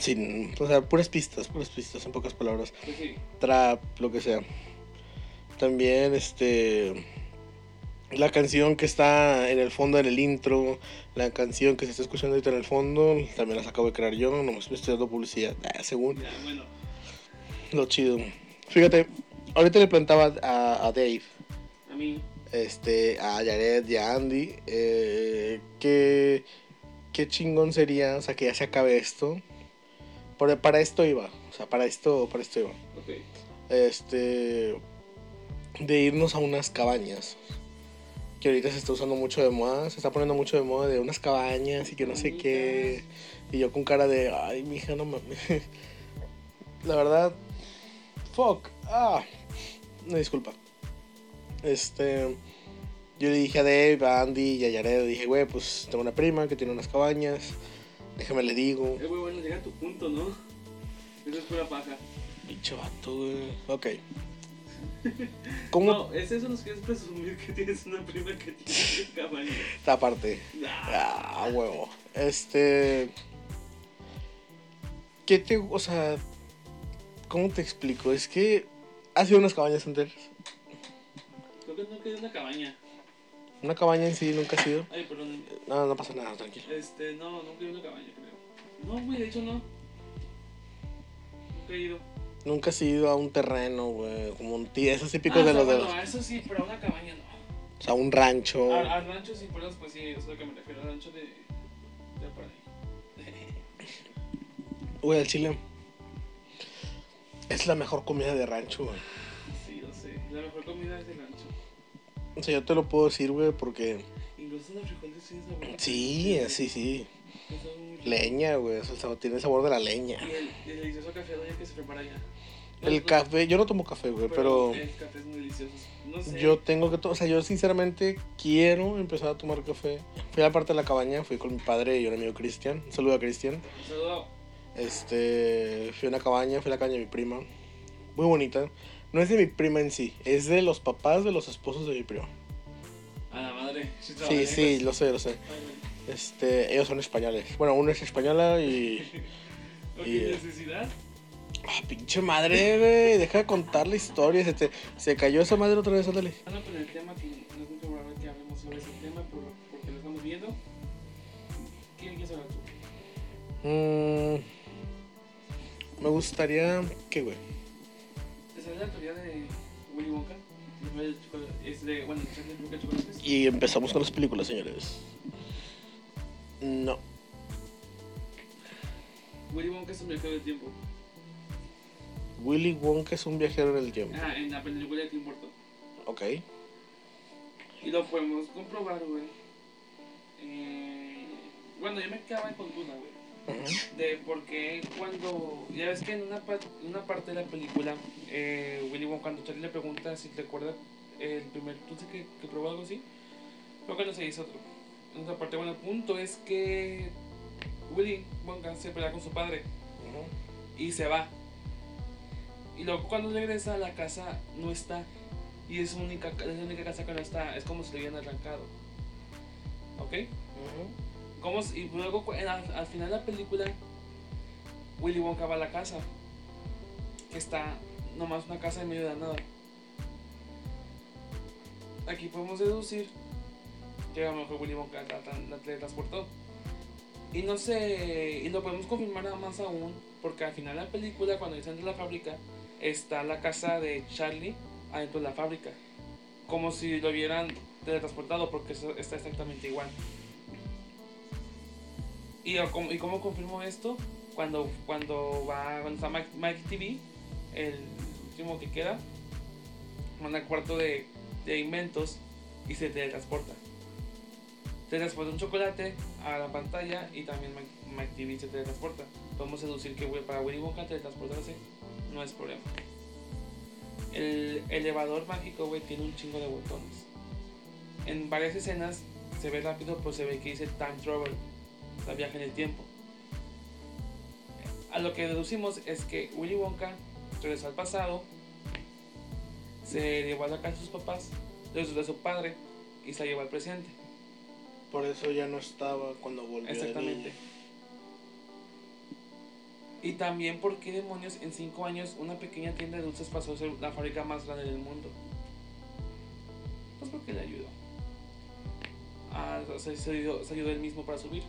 S13: sin, o sea, puras pistas, puras pistas, en pocas palabras.
S3: Pues sí.
S13: Trap, lo que sea. También, este, la canción que está en el fondo, en el intro, la canción que se está escuchando ahorita en el fondo, también las acabo de crear yo, nomás me estoy dando publicidad, ah, según
S3: Ya, bueno,
S13: lo chido. Fíjate, ahorita le plantaba a, a Dave,
S3: a mí,
S13: este, a Jared y a Andy, eh, que qué chingón sería, o sea, que ya se acabe esto. Por- para esto iba, o sea, para esto, para esto iba.
S3: ok.
S13: Este, de irnos a unas cabañas. Que ahorita se está usando mucho de moda, se está poniendo mucho de moda de unas cabañas y que no sé qué. Y yo con cara de, ay, mija, no mames. La verdad, fuck, ah, una disculpa. Este, yo le dije a Dave, a Andy y a Jared, le dije, güey, pues tengo una prima que tiene unas cabañas, déjame le digo.
S3: Es muy bueno llegar a tu punto, ¿no? Eso es pura paja.
S13: Pinche vato, güey. Ok. ¿Cómo?
S3: No, es eso los quieres presumir que tienes una prima que tiene cabaña.
S13: Esta parte. Ah, huevo. Este. ¿Qué te. O sea. ¿Cómo te explico? Es que. ¿Has ido a unas cabañas enteras?
S3: Creo que nunca es una cabaña.
S13: Una cabaña en sí nunca has ido.
S3: Ay, perdón.
S13: No, no pasa nada, tranquilo.
S3: Este, no, nunca he ido a una cabaña, creo. No, güey, de hecho no. Nunca he ido.
S13: Nunca has ido a un terreno, güey. Como un tío. Esos típicos
S3: Ah, o
S13: de
S3: sea,
S13: los de
S3: bueno,
S13: los.
S3: eso sí, pero a una cabaña no.
S13: O sea, un rancho.
S3: Al, al rancho sí, por eso, pues sí, es lo que me refiero, al rancho de, de por ahí.
S13: Güey, el chile. Es la mejor comida de rancho, güey.
S3: Sí, yo sé. La mejor comida es de rancho.
S13: O sea, yo te lo puedo decir, güey, porque.
S3: Incluso los frijoles tienen sabor.
S13: Sí, sí, sí. Leña, güey. o sea, tiene el sabor de la leña.
S3: Y el, el delicioso café de olla que se prepara allá. No,
S13: El
S3: no-
S13: café, yo no tomo café, güey, pero.
S3: El café es muy delicioso. No sé.
S13: Yo tengo que, to- o sea, yo sinceramente quiero empezar a tomar café. Fui a la parte de la cabaña, fui con mi padre y un amigo Cristian. Un saludo a Cristian.
S3: Un saludo.
S13: Este, fui a una cabaña, fui a la cabaña de mi prima. Muy bonita. No es de mi prima en sí, es de los papás de los esposos de mi prima.
S3: A la madre.
S13: Sí, sí, lo sé, lo sé. Este, ellos son españoles. Bueno, uno es española y...
S3: Ok,
S13: y, eh,
S3: necesidad.
S13: ah, pinche madre, güey. Deja de contarle historias. Se, te- se cayó esa madre otra vez, ándale.
S3: Bueno, pero el tema que no es muy probable que hablemos sobre ese tema por- porque lo estamos viendo. ¿Quién quieres hablar tú?
S13: Mm, me gustaría... ¿Qué, güey?
S3: ¿Te sabes Pues, la teoría de Willy Wonka? El chocolate- Es de, bueno, el chocolate de chocolates.
S13: Y empezamos con las películas, señores. No.
S3: Willy Wonka es un viajero del tiempo.
S13: Willy Wonka es un viajero en el tiempo.
S3: Ajá, en la película de Tim Burton.
S13: Ok.
S3: Y lo podemos comprobar, güey. Eh, bueno, yo me quedaba con duda, güey. De por qué cuando. Ya ves que en una, pa- en una parte de la película, eh, Willy Wonka, cuando Charlie le pregunta si te acuerdas el primer dulce que, que probó algo así, creo que no se dice otro. En otra parte, bueno, el punto es que Willy Wonka se pelea con su padre y se va. Y luego cuando regresa a la casa no está. Y es, única, es la única casa que no está. Es como si le hubieran arrancado. ¿Ok? Como si- y luego cu- en- al, al final de la película, Willy Wonka va a la casa. Que está nomás una casa en medio de la nada. Aquí podemos deducir que a lo mejor Willy Wonka la, tra- la teletransportó. Y no sé, y lo podemos confirmar nada más aún, porque al final de la película, cuando ellos entran a la fábrica, está la casa de Charlie adentro de la fábrica. Como si lo hubieran teletransportado, porque eso está exactamente igual. ¿Y, o cómo- y cómo confirmo esto? Cuando, cuando va cuando está Mike, Mike TV, el último que queda, manda al cuarto de, de inventos y se teletransporta. Teletransporta un chocolate a la pantalla y también Mike, Mike TV se teletransporta. Podemos deducir que para Willy Wonka teletransportarse no es problema. El elevador mágico, güey, tiene un chingo de botones. En varias escenas se ve rápido, pues se ve que dice time travel, la viaje en el tiempo. A lo que deducimos es que Willy Wonka regresó al pasado, se llevó a la casa de sus papás, de su, de su padre, y se la llevó al presente.
S13: Por eso ya no estaba cuando volvió. de
S3: Exactamente.
S13: niño.
S3: Y también por qué demonios en 5 años una pequeña tienda de dulces pasó a ser la fábrica más grande del mundo. Pues porque le ayudó. Ah, o sea, se, ayudó, se ayudó él mismo para subir.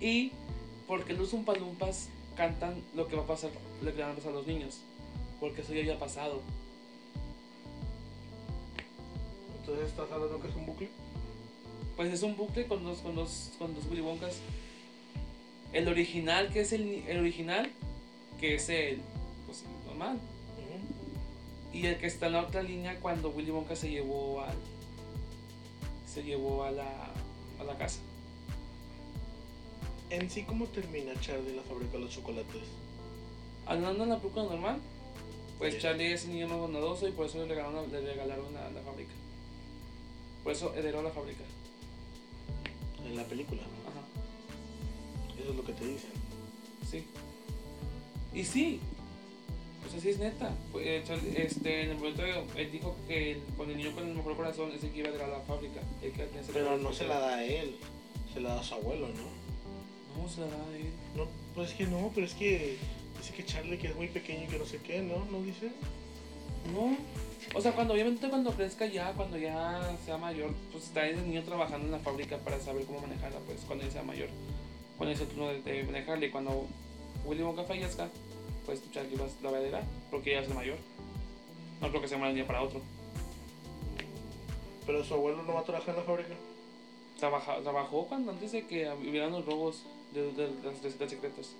S3: Y porque los Umpalumpas cantan lo que va a pasar, lo que le van a pasar a los niños. Porque eso ya había pasado.
S13: Entonces estás hablando que es un bucle.
S3: Pues es un bucle con los, con los, con los Willy Wonkas. El original, que es el, ni- el original, que es el pues, el normal. Y el que está en la otra línea cuando Willy Wonka se llevó al. Se llevó a la. a la casa.
S13: En sí, ¿cómo termina Charlie la fábrica de los chocolates?
S3: Hablando en la película normal, pues
S13: Sí.
S3: Charlie es el niño más bondadoso y por eso le regalaron, le regalaron a la fábrica. Por eso heredó la fábrica.
S13: En la película.
S3: Ajá.
S13: Eso es lo que te dicen.
S3: Sí. Y sí. Pues así es neta. Fue, eh, Charlie- este, en el momento él dijo que el- con el niño con el mejor corazón es el que iba a ir a la fábrica. el que tenía ese
S13: Pero
S3: corazón
S13: no se
S3: especial.
S13: la da a él, se la da a su abuelo, ¿no?
S3: No se la da eh. a él.
S13: No, pues es que no, pero es que dice que Charlie que es muy pequeño y que no sé qué, ¿no? ¿No dice?
S3: No. O sea, cuando obviamente cuando crezca ya, cuando ya sea mayor, pues está el niño trabajando en la fábrica para saber cómo manejarla, pues cuando ya sea mayor. Cuando es el turno de, de manejarla y cuando Willy Wonka fallezca, pues Charlie va, la va a heredar, porque ya es de mayor. No creo que sea de un día para otro.
S13: Pero su abuelo no va a trabajar en la fábrica.
S3: Trabaja- trabajó cuando antes de que hubieran los robos de, de- de las recetas secretas.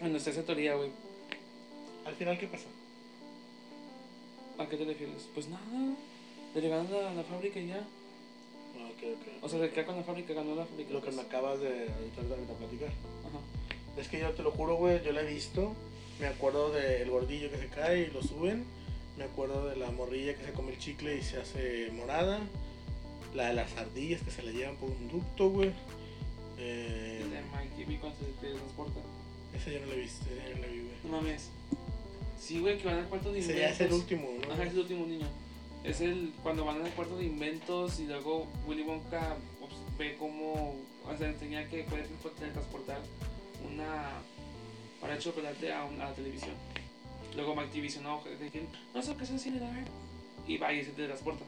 S3: En nuestra esa teoría, güey.
S13: Al final, ¿qué pasa?
S3: ¿A qué te refieres? Pues nada, le regalan la, la fábrica y ya.
S13: Ah, ok, ok.
S3: O sea, se queda con la fábrica, ganó la fábrica.
S13: Lo que
S3: pues.
S13: me acabas de ahorita de platicar.
S3: Ajá.
S13: Es que yo te lo juro, güey, yo la he visto. Me acuerdo del gordillo que se cae y lo suben. Me acuerdo de la morrilla que se come el chicle y se hace morada. La de las ardillas que se la llevan por un ducto, güey. Eh,
S3: El de Mikey B cuando se te transporta.
S13: esa yo no la he visto, esa yo no la vi, güey.
S3: No mames. Sí, güey, que van al cuarto de
S13: Ese
S3: inventos.
S13: ya es el último, ¿no?
S3: Ajá, es el último niño. Es el cuando van al cuarto de inventos y luego Willy Wonka obs- ve cómo o sea, tenía que poder transportar una para de chocolate a, una, a la televisión. Luego Mikey dice, no, ¿de quién? no sé qué es el cine, a ver. Y va y se teletransporta.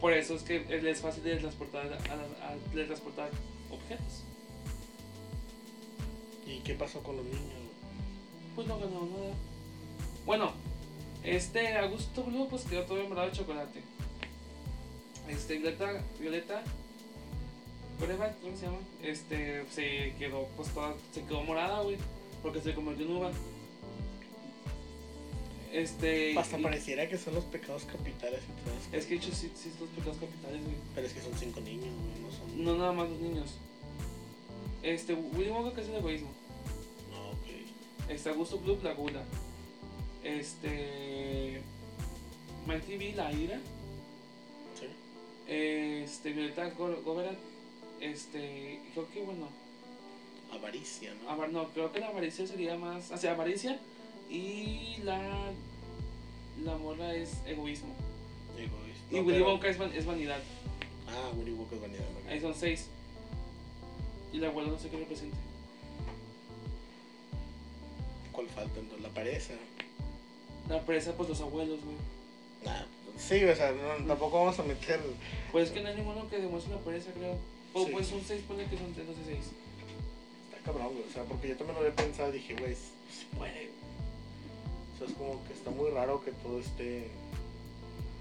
S3: Por eso es que él es fácil de transportar, a, a- a teletransportar objetos.
S13: ¿Y qué pasó con los niños, güey?
S3: Pues no ganó nada. Bueno, este Augusto Blue pues quedó todo morado de chocolate. Este Violeta, Violeta, Prueba, ¿cómo se llama? Este se quedó pues toda, se quedó morada, güey, porque se convirtió en uva. Este.
S13: Hasta
S3: y-
S13: pareciera que son los pecados capitales y todo eso.
S3: Es que de hecho sí, sí, los pecados capitales, güey.
S13: Pero es que son cinco niños, güey, no son.
S3: No nada más los niños. Este, Willy Wonka que es el egoísmo.
S13: No, ok.
S3: Este Augusto Gloop, la gula. Este. Mighty B, la ira.
S13: Sí.
S3: Este, Violeta Go- Goberat. Este, creo que bueno.
S13: Avaricia, ¿no?
S3: avar- no, creo que la avaricia sería más. Hacia avaricia. Y la. La morra es egoísmo.
S13: Egoísta.
S3: y
S13: No,
S3: Willy
S13: pero-
S3: Wonka es, van- es vanidad.
S13: Ah, Willy Wonka es vanidad. ok.
S3: Ahí son seis. Y la abuela no sé qué representa.
S13: ¿Cuál falta entonces? La pereza.
S3: La presa, pues los abuelos, güey.
S13: Nah, sí, o sea, no- tampoco vamos a meter.
S3: Pues es que no hay ninguno que demuestre la pereza, creo. O
S13: Sí.
S3: pues son seis, ponle que son tres, no sé, seis.
S13: Está cabrón, güey. O sea, porque yo también lo había pensado y dije, güey, se puede. O sea, es como que está muy raro que todo esté.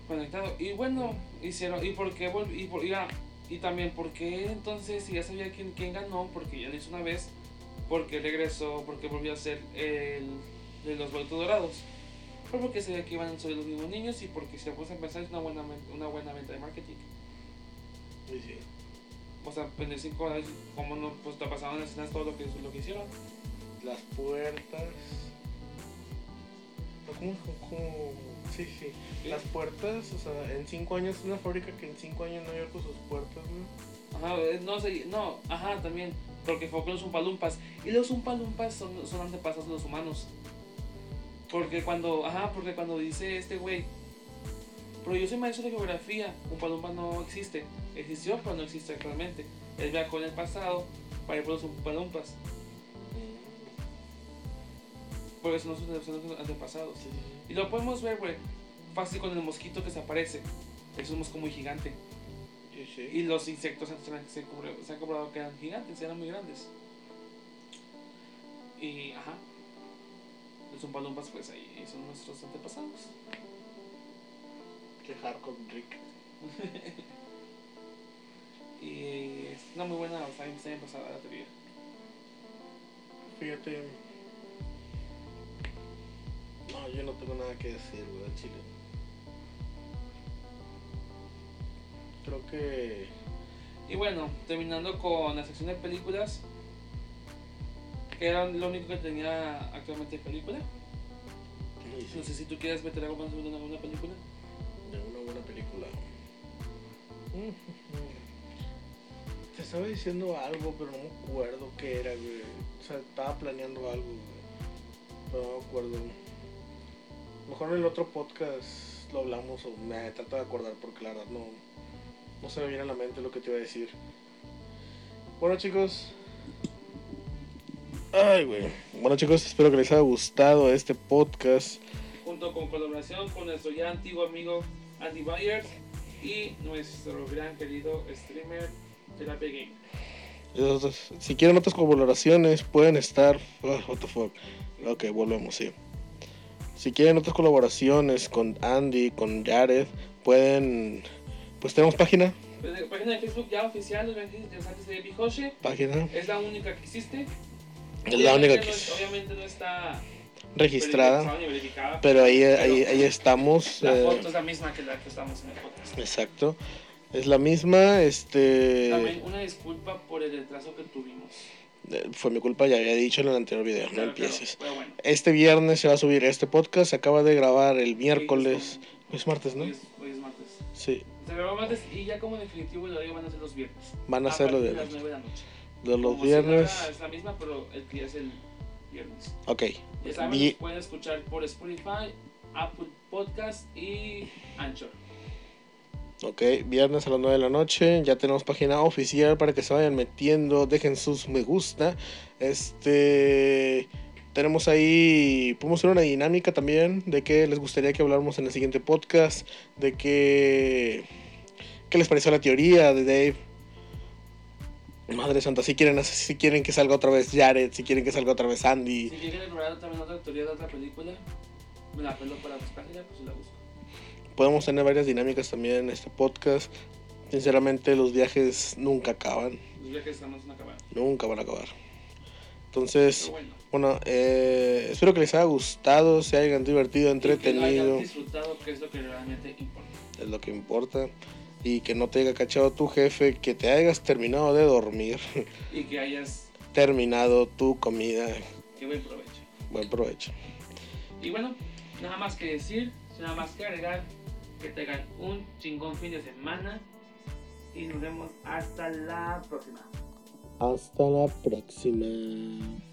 S3: conectado. Y bueno, hicieron. ¿Y por qué volv- Y, por, y, ah, y también, ¿por qué entonces, si ya sabía quién, quién ganó, porque ya lo hizo una vez, por qué regresó, por qué volvió a ser el de los boletos dorados? Pues porque sabía que iban a ser los mismos niños y porque se puso a pensar es una buena, men- una buena venta de marketing.
S13: Sí, sí.
S3: O sea, vender cinco horas, como no, pues te pasaron las escenas todo lo que, lo que hicieron.
S13: Las puertas. No, ¿Cómo, cómo- cómo? Sí, sí. Las puertas, o sea, en cinco años, una fábrica que en cinco años no había abierto sus puertas, güey.
S3: Ajá, eh, no sé, no, ajá, también, porque fue con los umpalumpas. Y los umpalumpas son, son antepasados de los humanos. Porque cuando, ajá, porque cuando dice este güey, pero yo soy maestro de geografía, umpalumpa no existe. Existió, pero no existe actualmente. Él viajó en el pasado para ir por los umpalumpas. Por eso no son los- son los antepasados. Y lo podemos ver, güey, fácil con el mosquito que se aparece. Es un mosco muy gigante.
S13: Sí, sí.
S3: Y los insectos se han, se, cubri- se han comprobado que eran gigantes, eran muy grandes. Y, ajá. Los umpalumpas, pues ahí son nuestros antepasados.
S13: Qué hardcore, Rick.
S3: y es una muy buena, está bien, está bien pasada la teoría.
S13: Fíjate. No, yo no tengo nada que decir, güey, al Chile. Creo que.
S3: Y bueno, terminando con la sección de películas, que era lo único que tenía actualmente de película. No sé si tú quieres meter algo más en alguna película.
S13: De una buena película. Te estaba diciendo algo, pero no me acuerdo qué era, güey. O sea, estaba planeando algo, güey. Pero no me acuerdo. Mejor en el otro podcast lo hablamos o me trato de acordar porque la verdad no, no se me viene a la mente lo que te iba a decir. Bueno, chicos. Ay, güey. Bueno, chicos, espero que les haya gustado este podcast.
S3: junto con colaboración con nuestro ya antiguo amigo Andy Byers y nuestro gran querido streamer Terapia Game.
S13: Esas dos- Si quieren otras colaboraciones, pueden estar. ah, what the fuck. Ok, volvemos, sí. Si quieren otras colaboraciones con Andy, con Jared, pueden. Pues tenemos página.
S3: Pues, la Página de Facebook ya oficial, los mensajes interesantes de Baby Hoshi.
S13: Página.
S3: Es la única que existe.
S13: Es la única
S3: Obviamente
S13: que
S3: no es- Obviamente no está.
S13: registrada, pero ahí, ahí, ahí estamos.
S3: La
S13: eh,
S3: foto es la misma que la que estamos en el podcast.
S13: Exacto. Es la misma, este...
S3: También una disculpa por el retraso que tuvimos.
S13: Eh, Fue mi culpa, ya había dicho en el anterior video, no empieces.
S3: pero bueno.
S13: Este viernes se va a subir este podcast, se acaba de grabar el miércoles. Hoy es martes, ¿no?
S3: Hoy es, hoy es martes.
S13: Sí,
S3: Se grabó martes y ya como definitivo el horario van a ser los viernes.
S13: Van a ser los
S3: partir de
S13: viernes.
S3: las 9 de la noche.
S13: de los
S3: Como si
S13: viernes.
S3: nada, es la misma, pero el día es el viernes.
S13: Ok.
S3: Ya saben,
S13: Vi-
S3: nos pueden escuchar por Spotify, Apple Podcast y Anchor.
S13: Ok, viernes a las 9 de la noche. Ya tenemos página oficial para que se vayan metiendo. Dejen sus me gusta. Este. Tenemos ahí. Podemos hacer una dinámica también de qué les gustaría que habláramos en el siguiente podcast. De qué. ¿Qué les pareció la teoría de Dave? Madre santa, si quieren, si quieren que salga otra vez Jared, si quieren que salga otra vez Andy.
S3: Si quieren explorar también otra teoría de otra película, me la pelo para buscar ya, pues la busco.
S13: podemos tener varias dinámicas también en este podcast. Sinceramente, los viajes nunca acaban,
S3: Los viajes estamos en acabar.
S13: nunca van a acabar. Entonces, bueno, eh, espero que les haya gustado, se hayan divertido,
S3: Que lo
S13: entretenido,
S3: hayan disfrutado, que es lo que realmente importa.
S13: es lo que importa. Y que no te haya cachado tu jefe, que te hayas terminado de dormir,
S3: Y que hayas.
S13: terminado tu comida.
S3: Que buen provecho.
S13: Buen provecho.
S3: Y bueno, nada más que decir, nada más que agregar, que tengan un chingón fin de semana. Y nos vemos hasta la próxima.
S13: Hasta la próxima.